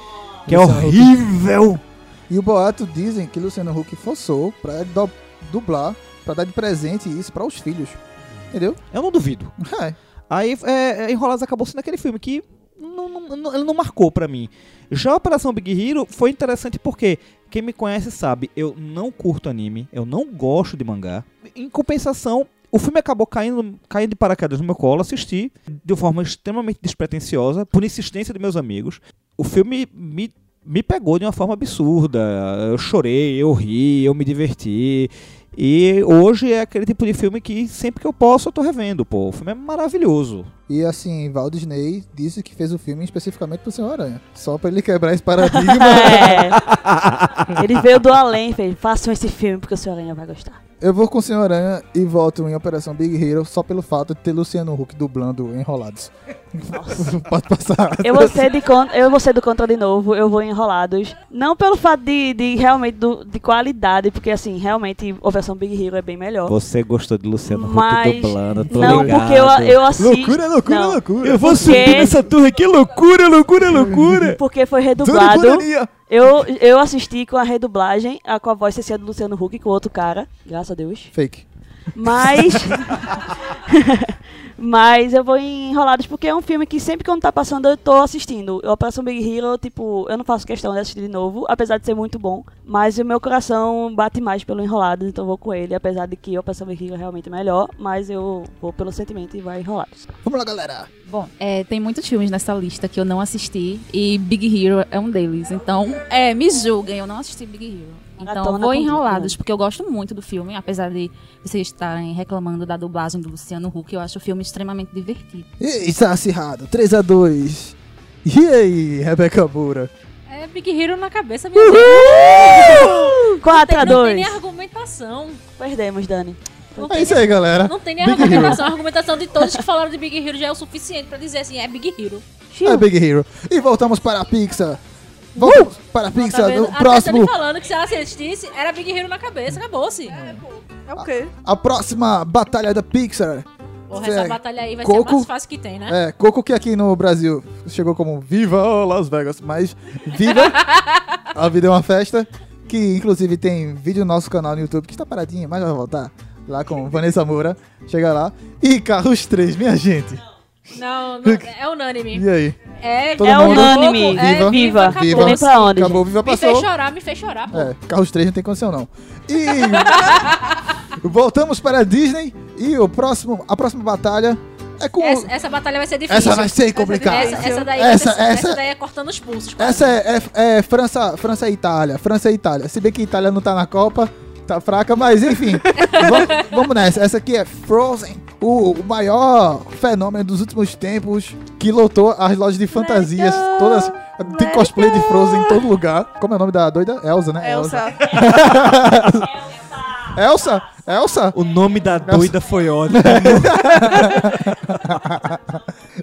S9: que é
S2: Luciano Huck.
S9: horrível.
S2: E o boato dizem que Luciano Huck forçou pra do- dublar, pra dar de presente isso pra os filhos. Entendeu?
S9: Eu não duvido.
S2: É.
S9: Aí é, é, Enrolados acabou sendo aquele filme que não, não- não- ele não marcou pra mim. Já a Operação Big Hero foi interessante porque quem me conhece sabe, eu não curto anime, eu não gosto de mangá. Em compensação, o filme acabou caindo, caindo de paraquedas no meu colo, assisti de forma extremamente despretensiosa, por insistência de meus amigos. O filme me, me pegou de uma forma absurda. Eu chorei, eu ri, eu me diverti. E hoje é aquele tipo de filme que sempre que eu posso eu tô revendo, pô. O filme é maravilhoso.
S2: E assim, Walt Disney disse que fez o filme especificamente pro Senhor Aranha. Só pra ele quebrar esse paradigma.
S4: É. Ele veio do além, fez, façam esse filme porque o senhor ainda vai gostar.
S2: eu vou com o Senhor Aranha e volto em Operação Big Hero só pelo fato de ter Luciano Huck dublando Enrolados. Pode passar.
S4: Eu vou ser, de con- eu vou ser do contra de novo, eu vou em enrolados. Não pelo fato de, de realmente do- de qualidade, porque assim, realmente a versão Big Hero é bem melhor.
S9: Você gostou de Luciano Huck
S4: Mas-
S9: dublando, tô
S4: Não,
S9: ligado.
S4: porque eu, eu assisto.
S2: Loucura, loucura,
S4: Não.
S2: loucura.
S9: Eu vou
S4: Porque-
S9: subir nessa torre aqui, loucura, loucura, loucura.
S4: Porque foi
S2: Tudo
S4: redublado.
S2: poderia.
S4: Eu, eu assisti com a redublagem, a, com a voz sem ser do Luciano Huck, com outro cara, graças a Deus.
S2: Fake.
S4: Mas. Mas eu vou em Enrolados porque é um filme que sempre que eu não tá passando eu tô assistindo. A Operação Big Hero, tipo, eu não faço questão de assistir de novo, apesar de ser muito bom. Mas o meu coração bate mais pelo Enrolados, então eu vou com ele. Apesar de que a Operação Big Hero é realmente melhor, mas eu vou pelo sentimento e vai Enrolados.
S2: Vamos lá, galera.
S5: Bom, é, tem muitos filmes nessa lista que eu não assisti e Big Hero é um deles. Então, é, me julguem, eu não assisti Big Hero. Então,
S4: Maratona
S5: vou
S4: com
S5: enrolados,
S4: tudo, né?
S5: porque eu gosto muito do filme, apesar de vocês estarem reclamando da dublagem do Luciano Huck, eu acho o filme extremamente divertido.
S2: E está acirrado. 3x2. E aí, Rebeca Moura?
S7: É Big Hero na cabeça, minha gente. Uh!
S4: 4 a
S7: Não tem nem
S4: 2
S7: argumentação.
S4: Perdemos, Dani.
S7: Não
S2: É
S7: tem
S2: isso aí, galera.
S7: Não tem nem
S2: Big
S7: argumentação. A argumentação de todos que falaram de Big Hero já é o suficiente pra dizer assim, é Big Hero.
S2: É Big Hero. E voltamos para a
S7: Uh!
S2: Pixar. Voltamos para a Pixar
S7: Tá vendo?
S2: no
S7: A
S2: próximo.
S7: me falando que se ela assistisse, era Big Hero na cabeça, acabou-se.
S8: É o quê?
S2: A próxima batalha da Pixar.
S7: Porra,
S2: Cê-
S7: essa batalha aí vai ser
S2: Coco?
S7: a mais fácil que tem, né?
S2: É, Coco que aqui no Brasil chegou como Viva Las Vegas, mas Viva a vida é uma festa. Que inclusive tem vídeo no nosso canal no YouTube que está paradinho, mas vai voltar. Lá com Vanessa Moura. Chega lá. E Carros 3, minha gente.
S7: Não, não, é unânime.
S2: E aí?
S7: É,
S2: Todo
S4: é
S2: mundo-
S4: unânime.
S7: É
S2: Viva,
S7: viva,
S4: viva,
S7: acabou.
S2: viva.
S4: Nem pra onde.
S2: Acabou, Viva
S7: Me
S2: passou.
S7: fez chorar, me fez chorar, pô.
S2: É, Carros 3 não tem condição, não. E. Voltamos para a Disney e o próximo, a próxima batalha é com.
S7: Essa, essa batalha vai ser difícil.
S2: Essa vai ser complicada.
S7: Essa, é essa daí,
S2: Essa-
S7: essa,
S2: essa-
S7: essa daí é cortando os pulsos.
S2: Essa é, é- é França, França e Itália. França e Itália. Se bem que a Itália não tá na Copa, Tá fraca, mas enfim. Va- vamos nessa. Essa aqui é Frozen, o, o maior fenômeno dos últimos tempos que lotou as lojas de fantasias.
S8: Let go,
S2: Todas. Tem
S8: let
S2: cosplay de
S8: go.
S2: Frozen em todo lugar. Como é o nome da doida? Elsa, né?
S8: Elsa.
S2: Elsa? Elsa?
S9: O nome da
S2: Nossa.
S9: doida foi ótimo.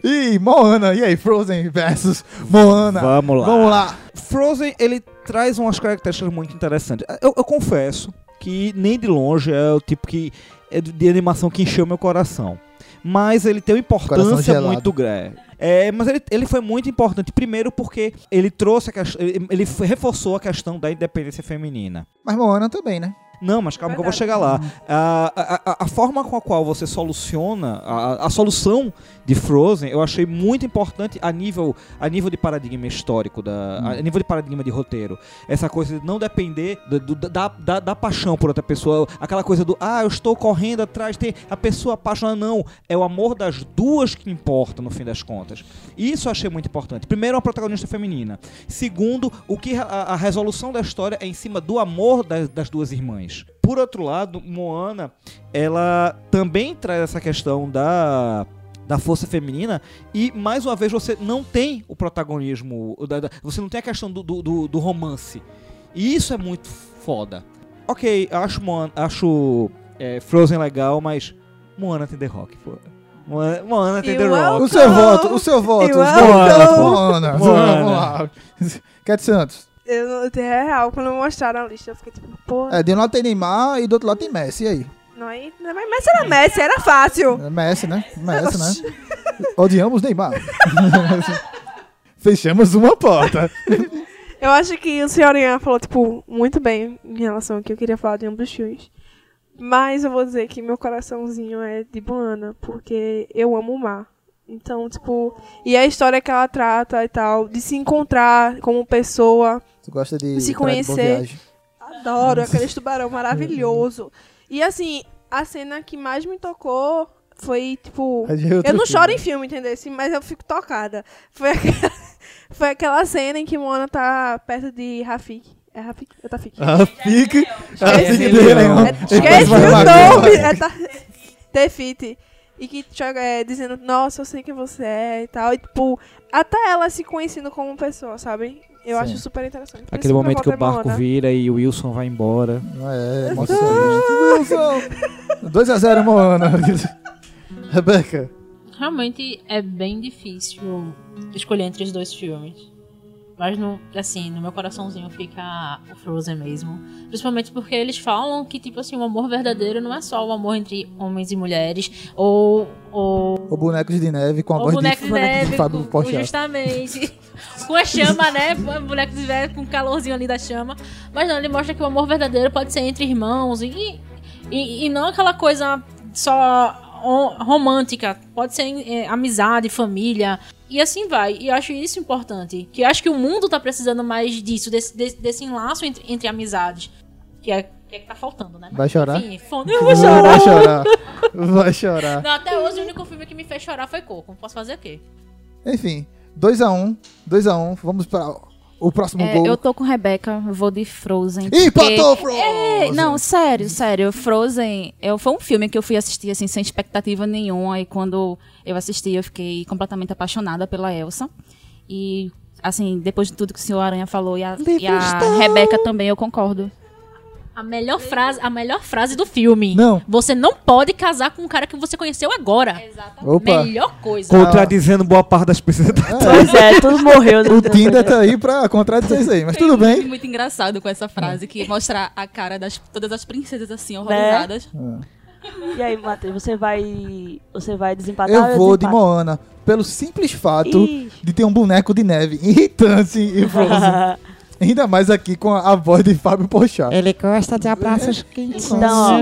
S2: Ih, Moana. E aí, Frozen versus Moana.
S9: Vamos lá.
S2: Vamos lá.
S9: Frozen, ele traz umas características muito interessantes. Eu, eu confesso que nem de longe é o tipo que é de- de animação que encheu meu coração. Mas ele tem uma
S2: Coração
S9: importância
S2: gelado.
S9: muito grande. É, mas ele, ele foi muito importante. Primeiro porque ele trouxe a questão. Ele, ele f- reforçou a questão da independência feminina.
S2: Mas Moana também, né?
S9: Não, mas calma que eu vou chegar lá. A, a- a- a forma com a qual você soluciona, a, a solução de Frozen, eu achei muito importante a nível, a nível de paradigma histórico, da, a nível de paradigma de roteiro. Essa coisa de não depender do- do- da, da, da paixão por outra pessoa. Aquela coisa do, ah, eu estou correndo atrás, tem a pessoa apaixonada. Não, é o amor das duas que importa, no fim das contas. Isso eu achei muito importante. Primeiro, uma protagonista feminina. Segundo, o que a, a resolução da história é em cima do amor das, das duas irmãs. Por outro lado, Moana, ela também traz essa questão da da força feminina e mais uma vez você não tem o protagonismo, o da- da- você não tem a questão do, do, do- do romance e isso é muito foda. Ok, eu acho Moana, acho é, Frozen legal, mas Moana tem The Rock, pô. Moana, Moana tem
S8: E
S9: The
S8: o
S9: Rock.
S2: O seu voto, o seu voto.
S8: Eu
S2: Moana.
S9: amo.
S2: Moana.
S9: Moana.
S2: Vamos lá. Cat Santos.
S8: Eu, não- é real, quando mostraram a lista, eu fiquei tipo, pô,
S2: É, de um lado tem Neymar e do outro lado tem Messi. E aí?
S8: não é. não é- Mas Messi era Messi, era fácil.
S2: É Messi, né? Messi, né? Odiamos Neymar. Fechamos uma porta.
S8: Eu acho que o senhorinha falou, tipo, muito bem em relação ao que eu queria falar de ambos os filmes. Mas eu vou dizer que meu coraçãozinho é de Moana, porque eu amo o mar. Então, tipo, e a história que ela trata e tal, de se encontrar como pessoa.
S2: Tu gosta de Praia de
S8: Se
S2: Boa
S8: conhecer.
S2: Viagem.
S8: Adoro aquele tubarão maravilhoso. E assim, a cena que mais me tocou foi, tipo,
S2: Mas é outro
S8: eu não
S2: filme.
S8: choro em filme, entendeu? Assim, Mas eu fico tocada. Foi aquela, foi aquela cena em que Moana tá perto de Rafik. É Rafik? É Tafik.
S2: Ah, fique. Ah,
S8: Esquece
S2: fique
S9: Rei
S2: dele,
S9: Leão.
S2: não.
S8: É- Esquece
S2: Vai lá,
S8: o
S2: vai lá.
S8: nome! É ta- Tefit. E que joga é, dizendo, nossa, eu sei quem você é e tal. E tipo, até ela se conhecendo como pessoa, sabe? Eu
S2: Sim.
S8: acho super interessante. Por isso
S9: Aquele momento que
S8: meu
S9: o
S8: voto é
S9: barco
S8: Moana.
S9: vira e o Wilson vai embora.
S2: É, mostra isso. 2x0, Moana. Rebeca.
S7: Realmente é bem difícil escolher entre os dois filmes. Mas, no, assim, no meu coraçãozinho fica o Frozen mesmo. Principalmente porque eles falam que, tipo assim, o amor verdadeiro não é só o amor entre homens e mulheres. Ou, ou
S2: O boneco de neve com a
S7: o
S2: voz
S7: boneco de neve,
S2: Fábio
S7: com,
S2: Porchat.
S7: justamente. com a chama, né? O boneco de neve com o calorzinho ali da chama. Mas não, ele mostra que o amor verdadeiro pode ser entre irmãos e, e, e não aquela coisa só o- romântica. Pode ser eh, amizade, família. E assim vai. E eu acho isso importante. Que eu acho que o mundo tá precisando mais disso, desse, desse, desse enlaço entre, entre amizades. Que é, que é que tá faltando, né?
S2: Vai chorar?
S7: Enfim, fonte- eu vou
S2: Não, Vai
S7: chorar.
S2: chorar. Vai chorar.
S7: Não, até hoje o único filme que me fez chorar foi Coco. Posso fazer o quê?
S2: Enfim, 2x1. 2x1. Vamos para o próximo
S5: É,
S2: gol.
S5: eu tô com Rebeca, vou de Frozen.
S2: Ih,
S5: porque-
S2: empatou, Frozen!
S5: É, não, sério, sério. Frozen eu, foi um filme que eu fui assistir assim, sem expectativa nenhuma. E quando eu assisti, eu fiquei completamente apaixonada pela Elsa. E, assim, depois de tudo que o senhor Aranha falou e a, e a Rebeca também, eu concordo.
S7: A melhor frase, a melhor frase do filme.
S2: Não.
S7: Você não pode casar com um cara que você conheceu agora. Exatamente.
S2: Opa.
S7: Melhor coisa.
S9: Contradizendo boa parte das pessoas.
S4: Pois é, tudo morreu.
S2: O Tinder tá aí pra contradizer isso aí, mas tudo
S5: Tem um
S2: bem.
S5: filme Muito engraçado com essa frase, que mostra a cara das todas as princesas assim, horrorizadas.
S4: E aí, Matheus, você vai. Você vai desempatar? ou
S2: Eu vou de
S4: desempato?
S2: Moana, pelo simples fato
S4: Ih.
S2: de ter um boneco de neve irritante e Frozen. Ainda mais aqui com a, a voz de Fábio Pochá.
S9: Ele gosta de abraços quentes.
S4: Então, ó,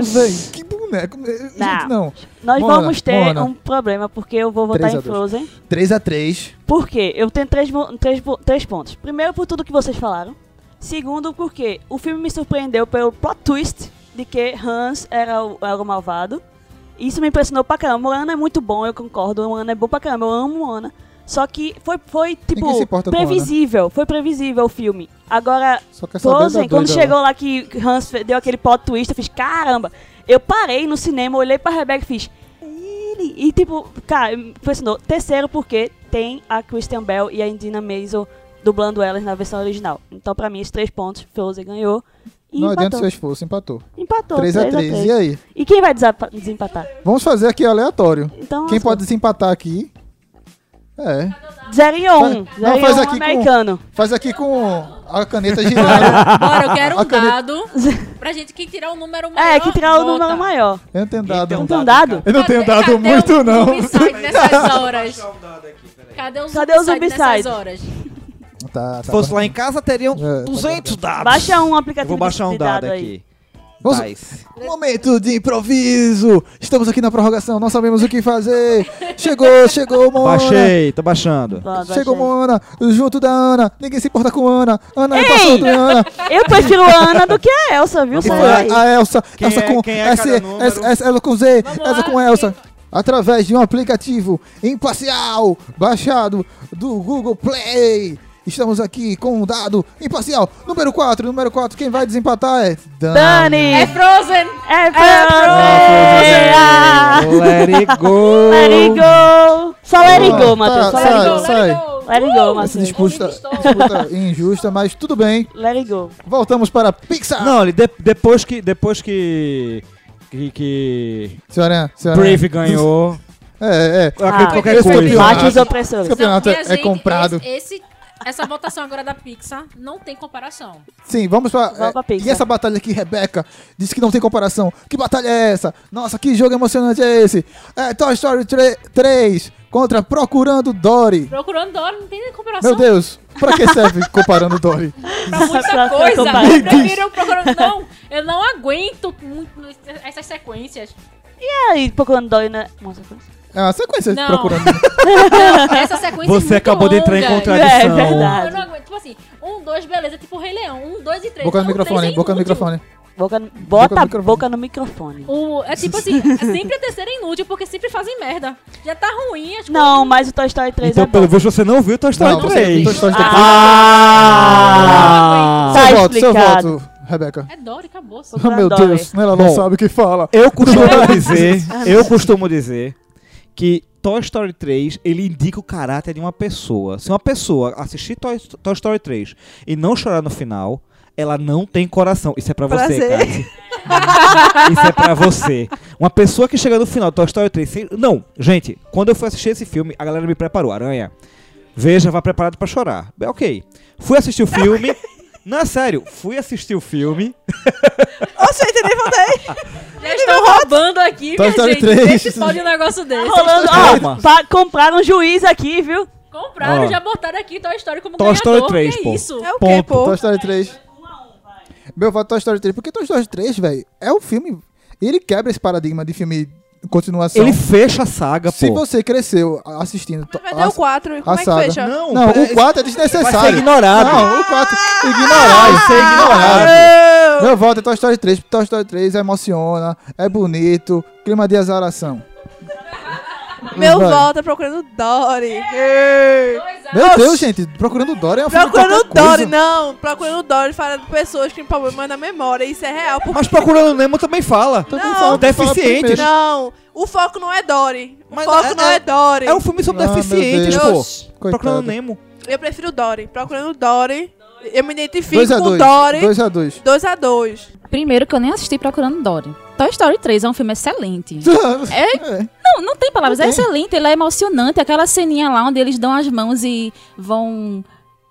S2: que boneco. eh,
S7: Tá.
S2: Gente, não.
S4: Não. nós
S2: Moana,
S4: vamos ter
S2: Moana.
S4: um problema, porque eu vou votar
S2: Três
S4: em
S2: a dois.
S4: Frozen.
S2: 3x3.
S4: Por quê? Eu tenho três, mo- três, po- três pontos. Primeiro, por tudo que vocês falaram. Segundo, porque o filme me surpreendeu pelo plot twist de que Hans era o, era o malvado. Isso me impressionou pra caramba. Moana é muito bom, eu concordo. Moana é bom pra caramba, eu amo Moana. Só que foi, foi tipo,
S2: se importa com Moana.
S4: previsível. Foi previsível o filme. Agora,
S2: Só quer saber da
S4: Frozen, quando
S2: doida
S4: chegou lá que Hans fe- deu aquele plot twist, eu fiz, caramba. Eu parei no cinema, olhei pra Rebeca e fiz, "É ele. E tipo, cara, me impressionou. Terceiro porque tem a Christian Bell e a Indina Maisel dublando elas na versão original. Então pra mim, os três pontos, Frozen ganhou. E
S2: Não adianta o
S4: empatou.
S2: seu esforço, empatou.
S4: Empatou.
S2: 3x3. E aí?
S4: E quem vai desapa- desempatar?
S2: Vamos fazer aqui aleatório.
S4: Então,
S2: Quem
S4: as-
S2: pode desempatar aqui? É.
S4: Zerinho ou um.
S2: Faz- não,
S4: Zerinho
S2: faz
S4: ou um
S2: aqui com-
S4: americano.
S2: Faz aqui com a caneta girada.
S7: Bora, eu quero
S2: A
S7: um
S2: caneta-
S7: dado pra gente que tirar o número maior.
S4: É, que tirar o
S7: vota.
S4: número maior.
S2: Eu não tenho dado.
S9: Então,
S4: Não tem um
S9: Dado,
S4: dado?
S1: Eu não tenho dado
S7: cadê
S1: muito,
S7: o
S1: não.
S7: Zombicide nessas horas. Cadê
S4: Cadê o
S7: o Zombicide nessas
S4: Zombicide?
S7: horas?
S2: Tá,
S9: Se
S2: tá.
S9: fosse lá em casa, teriam
S2: É, tá
S9: 200 dados.
S4: Baixa um
S9: Eu
S4: aplicativo
S9: vou baixar um
S4: de
S9: dado
S4: dado
S9: aqui.
S2: Vamos-
S9: Dice.
S2: Momento de improviso. Estamos aqui na prorrogação, não sabemos o que fazer. Chegou, chegou, Mona.
S9: Baixei, tô baixando.
S4: Pronto,
S2: Chegou,
S4: achei.
S2: Mona. Junto da Ana. Ninguém se importa com Ana. Ana
S4: Ei!
S2: passou do Ana.
S4: Eu prefiro a Ana do que a Elsa, viu?
S9: Vamos
S4: Sai
S9: lá.
S4: daí.
S2: A Elsa,
S9: Quem
S2: Elsa
S9: é-
S2: com
S9: quem é
S2: S,
S9: cada número?
S2: S, S, Elsa com Z,
S7: Vamos
S2: Elsa
S7: lá,
S2: com Elsa. Através de um aplicativo imparcial baixado do Google Play. Estamos aqui com um dado imparcial. Número 4, número 4. Quem vai desempatar é Dani.
S4: Dani!
S7: É Frozen!
S4: É
S9: Ah,
S4: pra
S9: Frozen. Let it go.
S4: Let it go! Só let it
S2: Ah,
S4: go, Matheus.
S2: tá,
S4: Só
S2: sai,
S4: let it go.
S2: sai.
S4: Let it
S9: Uh!
S4: go,
S2: Essa
S4: Matheus.
S2: disputa, disputa injusta, mas tudo bem.
S4: Let it go.
S2: Voltamos para Pixar.
S9: Não, ele de- depois que. Depois que. Que. que
S2: Senhora, senhora.
S9: Brave ganhou.
S2: É, é.
S9: Eu
S4: Ah,
S9: acredito em qualquer
S2: esse
S9: coisa.
S2: campeonato.
S4: Bate os opressores.
S2: Esse campeonato é- é comprado.
S7: Esse, esse- essa votação agora da Pixar não tem comparação.
S2: Sim, vamos pra.
S4: Vamos pra
S2: é,
S4: Pixar.
S2: e essa batalha aqui, Rebeca, disse que não tem comparação. Que batalha é essa? Nossa, que jogo emocionante é esse? É Toy Story 3, contra Procurando Dory.
S7: Procurando Dory não tem nem comparação
S2: Meu Deus, pra que serve comparando Dory?
S7: pra muita
S4: Pra- pra
S7: coisa.
S4: comparar.
S7: Eu prefiro eu procurando. Não, eu não aguento muito essas sequências.
S4: É, E aí, procurando dói na. Nossa, foi-
S2: É uma sequência de
S7: Não.
S2: procurando.
S7: Essa sequência
S9: Você
S7: é muito
S9: acabou de entrar em
S7: longa.
S9: contradição.
S4: É
S7: Eu não
S4: verdade.
S7: aguento. Tipo assim, um, dois, beleza. Tipo Rei Leão. Um, dois e três.
S2: Boca no
S7: Não, três
S2: microfone,
S7: é
S2: boca no
S7: inútil.
S2: microfone.
S4: Boca, no- bota
S2: no
S4: a
S2: microfone.
S4: boca no microfone.
S7: O, é tipo assim, é sempre a terceira é inútil, porque sempre fazem merda. Já tá ruim, as
S4: Não, mas o Toy Story 3
S9: Então,
S4: é bom.
S9: pelo visto, tá você não viu Toy Story
S2: Não, você não viu
S9: 3.
S2: Toy Story
S4: três.
S9: Ah!
S4: Tá
S2: seu voto, seu
S4: explicado.
S2: voto, Rebeca.
S7: coisas- É Dory, acabou.
S2: Oh, meu
S4: Dory.
S2: Deus, ela não
S9: Bom.
S2: sabe o que fala.
S9: Eu costumo dizer, eu costumo dizer que Toy Story 3, ele indica o caráter de uma pessoa. Se uma pessoa assistir Toy, Toy Story 3 e não chorar no final, ela não tem coração. Isso é pra você,
S8: Prazer.
S9: Cátia. Isso é pra você. Uma pessoa que chega no final Toy Story 3, sem- não, gente, quando eu fui assistir esse filme, a galera me preparou, Aranha. Veja, vá preparado pra chorar. Bem, OK. Fui assistir o filme. Não, é sério, fui assistir o filme.
S8: Ô, gente, eu nem voltei.
S7: Já estão roubando aqui,
S2: Toy
S7: minha
S2: Story
S7: gente.
S2: 3.
S7: Deixa só de um negócio desse.
S4: tá Rolando,
S9: Calma.
S4: ó, pa- compraram um juiz aqui, viu?
S7: Compraram,
S9: Ó.
S7: já botaram aqui Toy Story como
S9: Toy Story
S7: ganhador.
S9: 3,
S7: que
S9: pô.
S7: isso?
S8: É o quê,
S9: Ponto.
S8: pô?
S2: Toy Story 3. Meu voto é Toy Story 3, porque Toy Story 3, velho, é um filme. Ele quebra esse paradigma de filme continuação.
S9: Ele fecha a saga,
S2: Se
S9: pô.
S2: você cresceu assistindo.
S8: Mas vai ter o 4 e como é que
S2: assada.
S8: fecha?
S9: Não,
S2: Não,
S9: pera-
S2: o 4 é desnecessário.
S9: ignorado.
S2: Não, o 4. Ignorar, isso é ignorado. Meu voto é Toy Story 3, porque Toy Story 3 emociona, é bonito, clima de azaração.
S8: Meu
S2: Vai.
S8: voto é procurando Dory.
S9: É,
S2: Meu Deus, gente, procurando Dory
S9: tá
S2: é um filme. de
S8: Procurando
S2: qualquer coisa.
S8: Dory, não. Procurando Dory fala de pessoas que têm problema na memória. Isso é real. Porque...
S9: Mas procurando Nemo também fala. Então
S8: Não.
S9: São deficientes.
S8: Não, o foco não é Dory. O
S9: Mas
S8: foco
S9: é-
S8: não é Dory.
S9: É um filme sobre
S2: Ah, meu
S9: deficientes, pô.
S2: Deus. Coitado.
S9: Procurando Nemo.
S8: Eu prefiro Dory. Procurando Dory. Eu me identifico
S2: 2 a
S8: com
S2: 2
S8: Dory.
S2: 2 a 2
S8: 2x2.
S5: Primeiro que eu nem assisti Procurando Dory. Toy Story 3 é um filme excelente.
S2: É.
S5: Não, não tem palavras.
S2: Não
S5: É
S2: tem.
S5: excelente, ele é emocionante. Aquela ceninha lá onde eles dão as mãos e vão.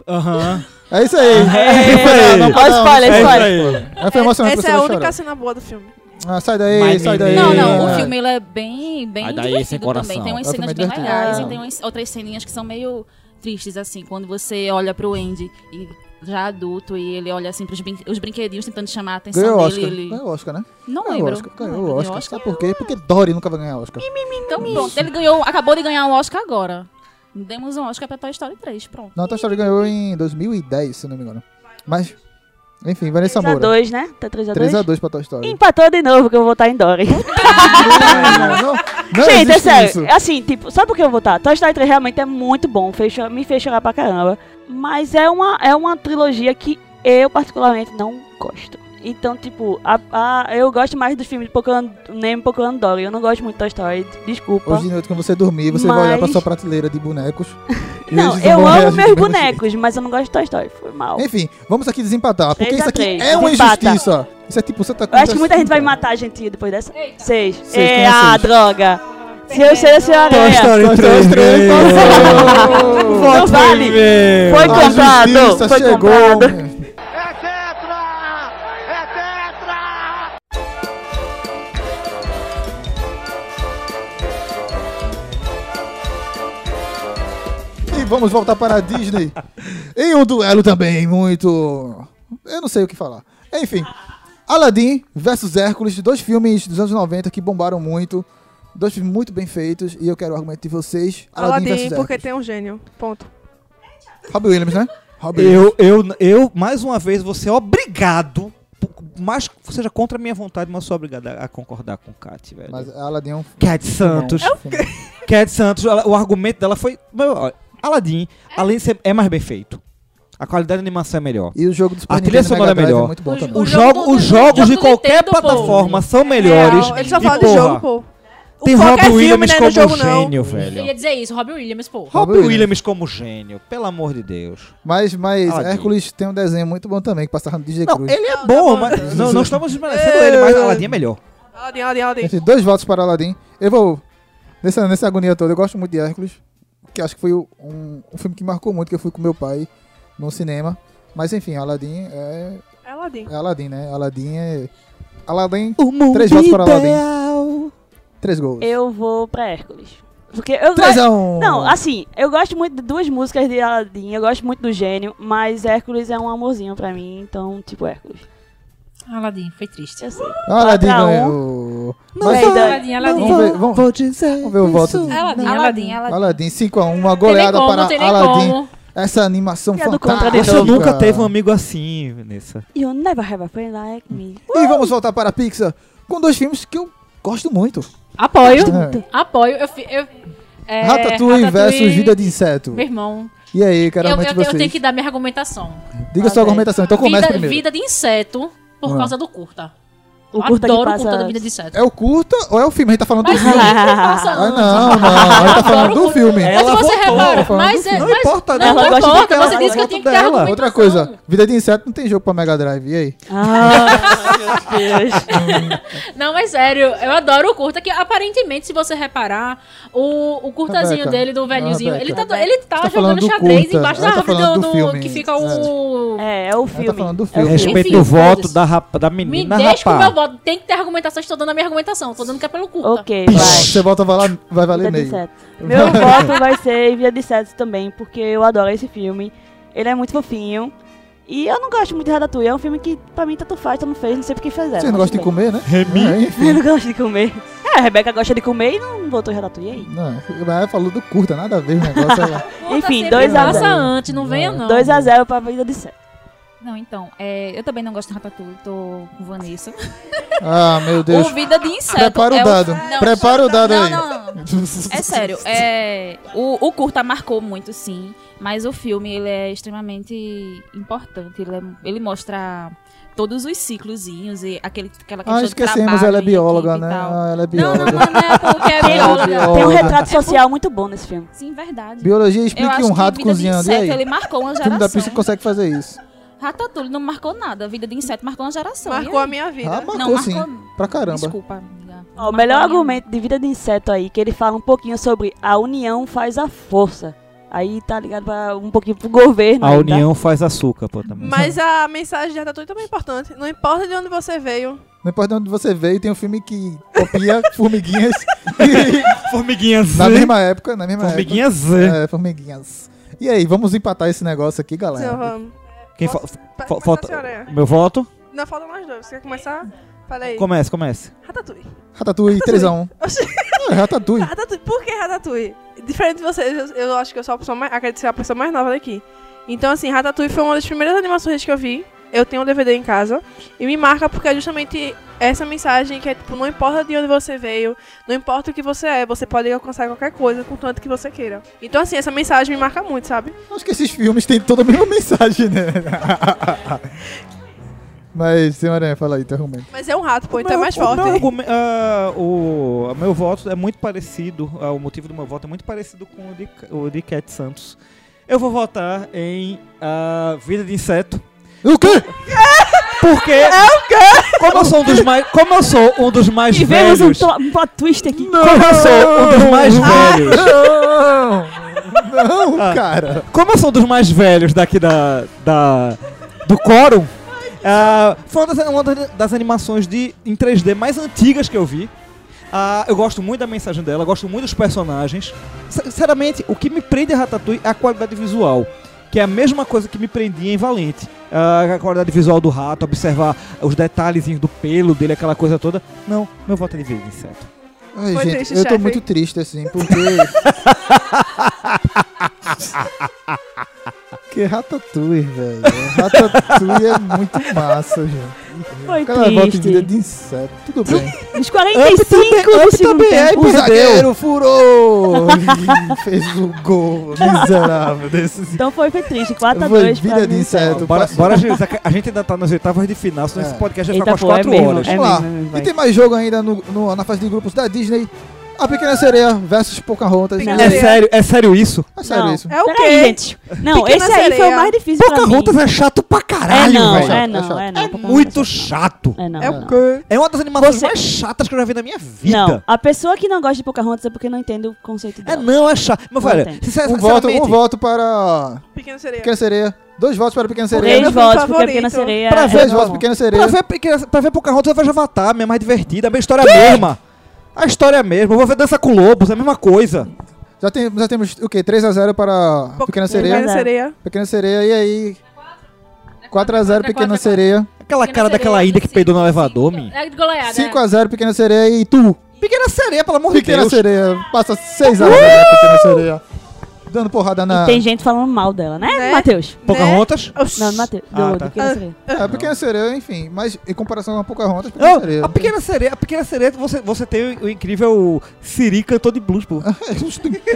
S9: Aham.
S2: É isso aí. Não foi não, não foi
S4: Olha o
S2: não,
S4: spoiler,
S2: não foi
S4: spoiler.
S2: não. É Aí foi emocionante pra
S8: Essa
S2: você
S8: é a
S2: chorar.
S8: única cena boa do filme.
S2: Ah, sai daí,
S9: Mas
S2: sai daí.
S5: Não, não,
S2: Ah,
S5: o filme ele é bem, bem
S9: Aí daí, sem
S5: divertido
S9: coração.
S5: também. Tem umas
S2: É um filme
S5: cenas bem
S2: divertido.
S5: legais
S2: Ah.
S5: e tem umas outras ceninhas que são meio tristes, assim, quando você olha pro Andy e já adulto e ele olha assim pros brin- os brinquedinhos tentando chamar a atenção
S2: Ganhou o
S5: dele.
S2: Oscar.
S5: Ele...
S2: Ganhou o Oscar, né?
S5: Não
S2: Ganhou o
S5: lembro.
S2: Oscar. Ganhou
S5: Não
S2: o
S5: lembro,
S2: Oscar. Sabe por quê? Porque Dory nunca vai ganhar Oscar.
S5: Então pronto, ele ganhou, acabou de ganhar um Oscar agora. Demos um Oscar pra Toy Story 3, pronto.
S2: Não, a Toy Story ganhou em 2010, se não me engano. Mas, enfim, Vanessa Moura.
S4: 3x2, né? Tá 3x2.
S2: 3x2 pra Toy Story.
S4: Empatou de novo que eu vou votar em Dory.
S2: não, não, não, não
S4: Gente, é
S2: existe
S4: sério.
S2: isso.
S4: Assim, tipo, sabe por que eu vou votar? Toy Story 3 realmente é muito bom, fez cho- me fez chorar pra caramba. Mas é uma, é uma trilogia que eu particularmente não gosto. Então, tipo, a, a- eu gosto mais dos filmes de Pokémon Name Pokémon Dory. Eu não gosto muito da história, desculpa.
S2: Hoje de noite, quando você dormir, você vai
S4: Mas-
S2: olhar pra sua prateleira de bonecos. e
S4: não,
S2: eles vão
S4: eu
S2: reagir
S4: amo
S2: do
S4: meus
S2: mesmo
S4: bonecos, mas eu não gosto da história. Foi mal.
S2: jeito. Enfim, vamos aqui desempatar, porque
S4: Três a
S2: isso aqui
S4: três,
S2: é uma
S4: desempata.
S2: injustiça. Isso é tipo Santa
S4: Eu
S2: Cruz.
S4: acho que muita gente vai matar a gente depois dessa. Seis.
S2: Seis, quem
S4: É,
S2: é
S4: ah,
S2: seis?
S4: droga. Se eu sei, a senhora
S9: Toy
S4: é.
S9: Story
S2: Toy Story
S9: 3.
S2: três,
S9: velho.
S4: Não
S9: Voto
S4: vale.
S9: meu.
S4: Foi
S2: A
S4: comprado.
S2: justiça
S4: Foi comprado.
S2: chegou. E vamos voltar para a Disney. em um duelo também muito... Eu não sei o que falar. Enfim, Aladdin versus Hércules, dois filmes dos anos 90 que bombaram muito. Dois filmes muito bem feitos e eu quero o argumento de vocês. Aladdin,
S8: Aladdin,
S2: versus
S8: porque
S2: Hércules.
S8: tem um gênio. Ponto.
S2: Robbie Williams, né? Robbie Williams.
S9: Eu, eu, eu, mais uma vez, você é obrigado, por- mais que seja contra a minha vontade, mas eu sou obrigado a, a concordar com o Cat, velho.
S2: Mas Aladdin é um
S9: Cat Santos. Cat Santos, ela- o argumento dela foi. meu, ó, Aladdin, além de ser é mais bem feito. A qualidade da animação é melhor.
S2: E o jogo do Super
S9: A trilha
S2: Nintendo Mega
S9: sonora
S2: Drive
S9: é melhor.
S2: muito bom
S7: Os-
S2: também.
S9: O
S7: os-
S9: jogo,
S7: jogo do-
S9: os jogos
S7: jogo
S9: de
S7: do
S9: qualquer
S7: Nintendo, pô.
S9: plataforma são melhores.
S8: Real. Ele só
S9: E,
S8: fala de
S9: porra,
S8: jogo, pô. O
S9: Tem
S8: foco
S9: Robbie
S8: é filme,
S9: Williams
S8: né? Não é
S9: como um
S8: jogo, não.
S9: gênio,
S7: Eu
S9: velho.
S7: ia dizer isso, Robin Williams, pô.
S2: Robbie
S9: Robbie
S2: Williams.
S9: Williams como gênio, pelo amor de Deus.
S2: Mas, mas
S9: Aladdin.
S2: Hércules tem um desenho muito bom também, que passava no DJ
S9: Não,
S2: Cruz.
S9: ele é bom, mas. Não, não estamos desmerecendo ele, mas Aladdin é melhor.
S8: Aladdin, Aladdin, Aladdin.
S4: um
S2: Entre dois votos para Aladdin. Eu vou... Nessa, nessa agonia toda, eu gosto muito de Hércules, que acho que foi o- um, um filme que marcou muito, que eu fui com meu pai no cinema. Mas enfim, Aladdin é,
S8: É Aladdin.
S2: é Aladdin, né? Aladdin é... Aladdin,
S9: O mundo
S2: Três votos para Aladdin.
S9: ideal.
S2: três gols.
S4: Eu vou pra Hércules. Porque eu
S2: 3
S4: gosto-
S2: a 1!
S7: Hum.
S4: Não, assim, eu gosto muito de duas músicas de Aladdin, eu gosto muito do gênio, mas Hércules é um amorzinho pra mim, então, tipo, Hércules.
S5: Aladdin, foi triste.
S4: Eu sei.
S2: Aladdin
S4: quatro a um.
S2: ganhou.
S4: Não sei, Dani.
S5: Aladdin, Aladdin.
S2: Vamos ver, vamos, vamos ver o voto.
S5: Aladdin, Aladdin, Aladdin.
S2: Aladdin 5 a 1, uma goleada
S7: como,
S2: para
S7: tem nem
S2: Aladdin.
S7: como.
S2: Essa animação
S4: E a do
S2: fantástica.
S4: contra de
S9: Ah, Você nunca teve um amigo assim, Vanessa.
S4: You never have a friend like me.
S2: E vamos voltar para a Pixar com dois filmes que eu gosto muito.
S7: Apoio.
S2: É.
S7: Apoio. Eu, fi- eu, é,
S2: Ratatouille, versus Vida de Inseto.
S7: Meu irmão,
S2: E aí,
S7: eu,
S2: quero
S7: eu,
S2: muito
S7: eu
S2: vocês.
S7: tenho que dar minha argumentação.
S2: Diga sua
S4: Ah,
S2: argumentação, então comece
S7: Vida,
S2: primeiro.
S7: vida de inseto por
S2: Ah.
S7: causa do curta.
S4: O
S7: Eu
S4: curta
S7: Adoro
S4: que passa...
S7: o curta da vida de inseto.
S2: É o curta ou é o filme? A gente tá falando do
S7: Mas
S2: filme.
S7: sempre passa
S2: Ah,
S7: antes.
S2: não, não. A gente tá falando do filme.
S7: Mas se você repara,
S2: Tá falando
S7: mas
S2: do
S7: é.
S2: filme.
S9: Não
S7: mas-
S9: importa, né?
S7: não,
S4: Ela
S7: não
S4: gosta
S7: importa.
S4: daquela-
S7: Você
S4: ela
S7: disse que eu
S9: gosta
S7: tenho que ter
S9: dela.
S7: argumentação. Tá,
S2: Outra coisa, Vida de Inseto não tem jogo pra Mega Drive. E aí?
S4: Ah, meu Deus.
S7: Não, mas sério, eu adoro o curta, que aparentemente, se você reparar, o, o curtazinho
S2: Rebeca.
S7: dele, do velhinho,
S2: Não,
S7: ele
S2: Rebeca.
S7: tá, ele tá
S2: Você tá falando
S7: jogando
S2: do
S7: xadrez
S2: curta,
S7: embaixo da
S2: ela tá
S7: árvore
S2: falando
S7: do,
S2: do
S7: do-
S2: filme. tá
S7: que fica o.
S4: É, é o filme.
S2: falando do
S4: É o
S2: filme.
S9: Respeita
S7: Enfim,
S9: o voto
S7: foda-se.
S9: da, rapa, da
S7: Me
S9: menina,
S7: deixa com o meu
S9: rapaz.
S7: voto. Tem que ter argumentação, estou dando a minha argumentação. Tô dando que é pelo curta.
S4: Ok,
S2: Tá,
S4: vai.
S2: Você volta, vai, lá, vai valer
S4: Vida de
S2: meio.
S4: inseto. Meu voto vai ser Via de Inseto também, porque eu adoro esse filme. Ele é muito fofinho. E eu não gosto muito de Ratatouille. É um filme que pra mim tanto faz, tanto fez, não sei porque fizeram.
S2: Vocês não
S4: mas
S2: gostam de
S4: tudo
S2: comer, né? É, enfim.
S4: bem. Eu não gosto de comer. É, a Rebeca gosta de comer e não votou em Ratatouille aí.
S2: Não, mas falou do curta, nada a ver o negócio. é. olha lá.
S7: Curta
S4: Enfim,
S7: sempre
S4: dois a
S7: Passa
S2: zero.
S7: antes, não venha não.
S4: 2x0 pra Vida de Inseto.
S5: Não, então, é, eu também não gosto de Ratatouille, tô com Vanessa.
S2: Ah, meu Deus.
S5: Ou Vida de Inseto.
S2: Prepara o
S5: é
S2: dado.
S5: Não,
S2: Prepara o dado
S5: não,
S2: aí.
S5: Não, não, não. É sério, é, o, o curta marcou muito, sim, mas o filme ele é extremamente importante. Ele, é- ele mostra todos os ciclozinhos e aquele, aquela questão
S2: Ah,
S5: de
S2: esquecemos,
S5: trabalho
S2: ela é
S5: em
S2: bióloga,
S5: equipe e
S2: né?
S5: tal.
S2: Ah, ela é
S5: Não, não,
S2: bióloga.
S5: não, não é porque é bióloga.
S4: Tem um
S2: Olha.
S4: retrato social muito bom nesse filme.
S5: Sim, verdade.
S2: Biologia
S5: Eu
S2: explica
S5: acho
S2: um
S5: que
S2: rato
S5: Vida
S2: cozinhando.
S5: de
S2: E
S5: Inseto,
S2: aí?
S5: ele marcou uma
S2: O filme da Pixar
S5: geração.
S2: consegue fazer isso.
S5: Ratatouille não marcou nada. Vida de Inseto marcou uma geração. E
S8: Marcou
S5: aí?
S8: a minha
S2: Ah,
S8: vida.
S2: marcou
S5: Não,
S2: sim.
S5: marcou-
S2: Pra caramba.
S5: Desculpa, amiga.
S4: Ó, o melhor
S5: Marcou a minha.
S4: argumento de Vida de Inseto aí, que ele fala um pouquinho sobre a união faz a força. Aí tá ligado pra, um pouquinho pro governo.
S9: A
S4: aí, tá?
S9: união faz açúcar, pô, também.
S8: Mas a mensagem de Ratatouille também é importante. Não importa de onde você veio.
S2: Não importa de onde você veio, tem um filme que copia formiguinhas.
S9: Formiguinha Z.
S2: na mesma época, na mesma
S9: Formiguinha Z.
S2: época. É, formiguinhas. E aí, vamos empatar esse negócio aqui,
S8: Seu
S2: galera.
S8: ramo.
S9: Quem fa-
S8: Posso-
S9: fa-
S8: Pode começar,
S9: falta-
S8: senhora. é.
S9: Meu voto?
S8: Não, faltam mais dois. Você quer começar? Fala aí.
S9: Comece, comece.
S8: Ratatouille.
S2: Ratatouille, 3x1.
S8: Oxi.
S2: É, Ratatouille.
S8: Ratatouille. Por que Ratatouille? Diferente de vocês, eu, eu acho que eu sou a pessoa mais. Acredito ser a pessoa mais nova daqui. Então, assim, Ratatouille foi uma das primeiras animações que eu vi. Eu tenho um DVD em casa. E me marca porque é justamente essa mensagem que é tipo, não importa de onde você veio, não importa o que você é, você pode alcançar qualquer coisa, contanto que você queira. Então, assim, essa mensagem me marca muito, sabe?
S2: Acho que esses filmes têm toda a mesma mensagem, né? Mas, senhora, fala aí, teu argumento.
S8: Mas é um rato, pô, então é
S9: Meu-
S8: mais
S9: o Meu,
S8: forte.
S9: argumen- ah, o, o meu voto é muito parecido, ah, o motivo do meu voto é muito parecido com o de, o de Cat Santos. Eu vou votar em ah, Vida de Inseto,
S2: O quê?
S9: porque
S8: É
S9: como eu sou um dos mais, como eu sou um dos mais
S4: Tivemos um,
S9: velhos,
S4: pl- um plot twist aqui.
S9: como eu sou um dos mais
S8: Ah!
S9: velhos,
S2: Não,
S9: Ah.
S2: cara.
S9: como eu sou um dos mais velhos daqui da, da do quórum, ah, foi uma das, uma das- das animações de, em 3D mais antigas que eu vi. Ah, eu gosto muito da mensagem dela, gosto muito dos personagens. Sinceramente, o que me prende a Ratatouille é a qualidade visual, que é a mesma coisa que me prendia em Valente. Ah, a qualidade visual do rato, observar os detalhezinhos do pelo dele, aquela coisa toda. Não, meu voto é de vida, inseto.
S2: Ai,
S8: Foi
S2: gente,
S8: triste,
S2: eu tô
S8: chefe.
S2: muito triste, assim, porque... que Ratatouille, velho. Ratatouille é muito massa, gente.
S4: Foi
S2: Aquela bota em
S4: triste.
S2: vida de inseto. Tudo bem.
S4: Nos 45 do segundo tempo.
S2: um o zagueiro furou! E fez o gol miserável desse...
S4: Então foi, foi triste. 4x2
S2: Foi
S4: pra
S2: vida de
S4: mim.
S2: inseto.
S9: Ah, Bora,
S2: passou.
S9: bora, gente, a gente ainda tá nas oitavas de final, senão
S2: É.
S9: esse podcast já
S4: Eita,
S9: tá com as
S4: pô, É, é
S9: quatro
S4: mesmo,
S9: horas.
S4: é
S2: Vamos lá.
S4: mesmo, é mesmo,
S2: E
S4: vai.
S2: tem mais jogo ainda no- no- na fase de grupos da Disney. A Pequena Sereia versus Pocahontas.
S8: Pequena
S9: É sério, é sério isso?
S2: É sério
S4: Não. Um
S2: isso.
S8: É o
S4: Peraí,
S8: quê?
S4: gente. Não, esse
S8: Pequena
S4: aí foi o
S8: Sereia.
S4: mais difícil pra mim.
S9: Pocahontas é chato pra
S4: É
S9: caralho,
S4: não, é
S9: velho.
S2: é chato.
S4: não, é não.
S9: É
S4: Pocahontas
S9: muito chato.
S4: É não,
S8: É
S4: é não.
S8: o quê?
S9: É uma das animações
S4: Você-
S9: mais chatas que eu já vi na minha vida.
S4: Não, a pessoa que não gosta de Pocahontas é porque não entende o conceito
S9: É
S4: dela.
S9: não, é chato. Mas,
S4: Não
S9: velho,
S4: tem.
S9: sincer-
S2: Um voto,
S9: sinceramente,
S2: um voto para
S8: Pequena sereia.
S2: Pequena Sereia. Dois votos para Pequena
S4: Três
S2: Sereia.
S8: meu filme
S4: votos, porque a
S8: favorito.
S4: Pequena Sereia
S9: Pra
S4: é
S9: ver
S2: Três
S4: bom.
S2: votos para Pequena
S9: pra
S2: Sereia.
S9: ver, pequena- pra ver Pocahontas, eu vejo Avatar, minha mais divertida, a minha história é a mesma. A história é a mesma. Eu vou ver Dança com Lobos, é a mesma coisa.
S2: Já, tem, já temos o quê? 3 a 0 para
S8: Po-
S2: Pequena Sereia.
S8: Pequena sereia.
S2: Pequena Sereia. E aí? 4 a 0
S7: quatro,
S2: Pequena
S7: quatro.
S2: Sereia.
S9: Aquela
S7: Pequena
S9: cara daquela
S7: sereia,
S9: índia que
S4: assim.
S7: sim.
S9: peidou no elevador, mim.
S7: É de goleada.
S2: 5
S7: é.
S2: a 0 Pequena Sereia. E tu?
S9: Pequena sereia, pelo amor de
S2: Pequena
S9: Deus.
S2: Sereia. Passa 6 a 0 Pequena Sereia. Dando
S9: é
S2: porrada na...
S4: E tem gente falando mal dela, né,
S8: Né?
S4: Matheus?
S9: Pocahontas.
S8: Oxi.
S4: Não, do Matheus. Do,
S9: Ah,
S4: do
S9: tá.
S4: Pequena Sereia.
S2: É, a Pequena Sereia, enfim. Mas em comparação com a Pocahontas, Pequena
S9: Não,
S2: Sereia.
S9: a pequena sereia, a pequena sereia, você, você tem o, o incrível Siri cantor de blues, pô.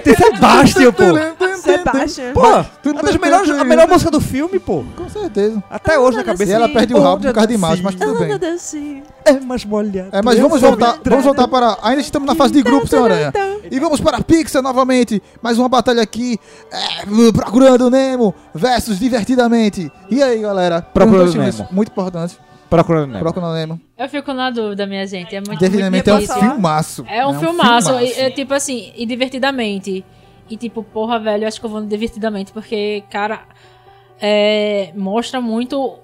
S9: Tem Sebastião, pô.
S2: né?
S8: Sebastian.
S9: Pô, uma das melhores, a melhor música do filme, pô.
S2: Com certeza.
S9: Até hoje na
S2: E
S9: cabeça.
S2: ela perde o rabo por causa de
S9: Sim. Ah,
S2: macho, mas tudo bem.
S8: Meu Deus, sim.
S9: É mais molhado.
S2: É, mas vamos voltar, vamos voltar para. Ainda estamos na fase de
S9: Tá,
S2: grupo, senhor Aranha. E vamos para a Pixar novamente. Mais uma batalha aqui. É, procurando o Nemo versus divertidamente. E aí, galera?
S9: Procurando
S2: Dois filmes
S9: Nemo.
S2: Muito importante.
S9: Procurando Nemo.
S2: Procurando o Nemo.
S7: Eu fico na dúvida, minha gente. É muito, muito
S2: Definitivamente é um
S7: difícil.
S2: filmaço.
S7: É um filmaço, e- é tipo assim, e divertidamente. E tipo, porra, velho, eu acho que eu vou no divertidamente, porque, cara, é, mostra muito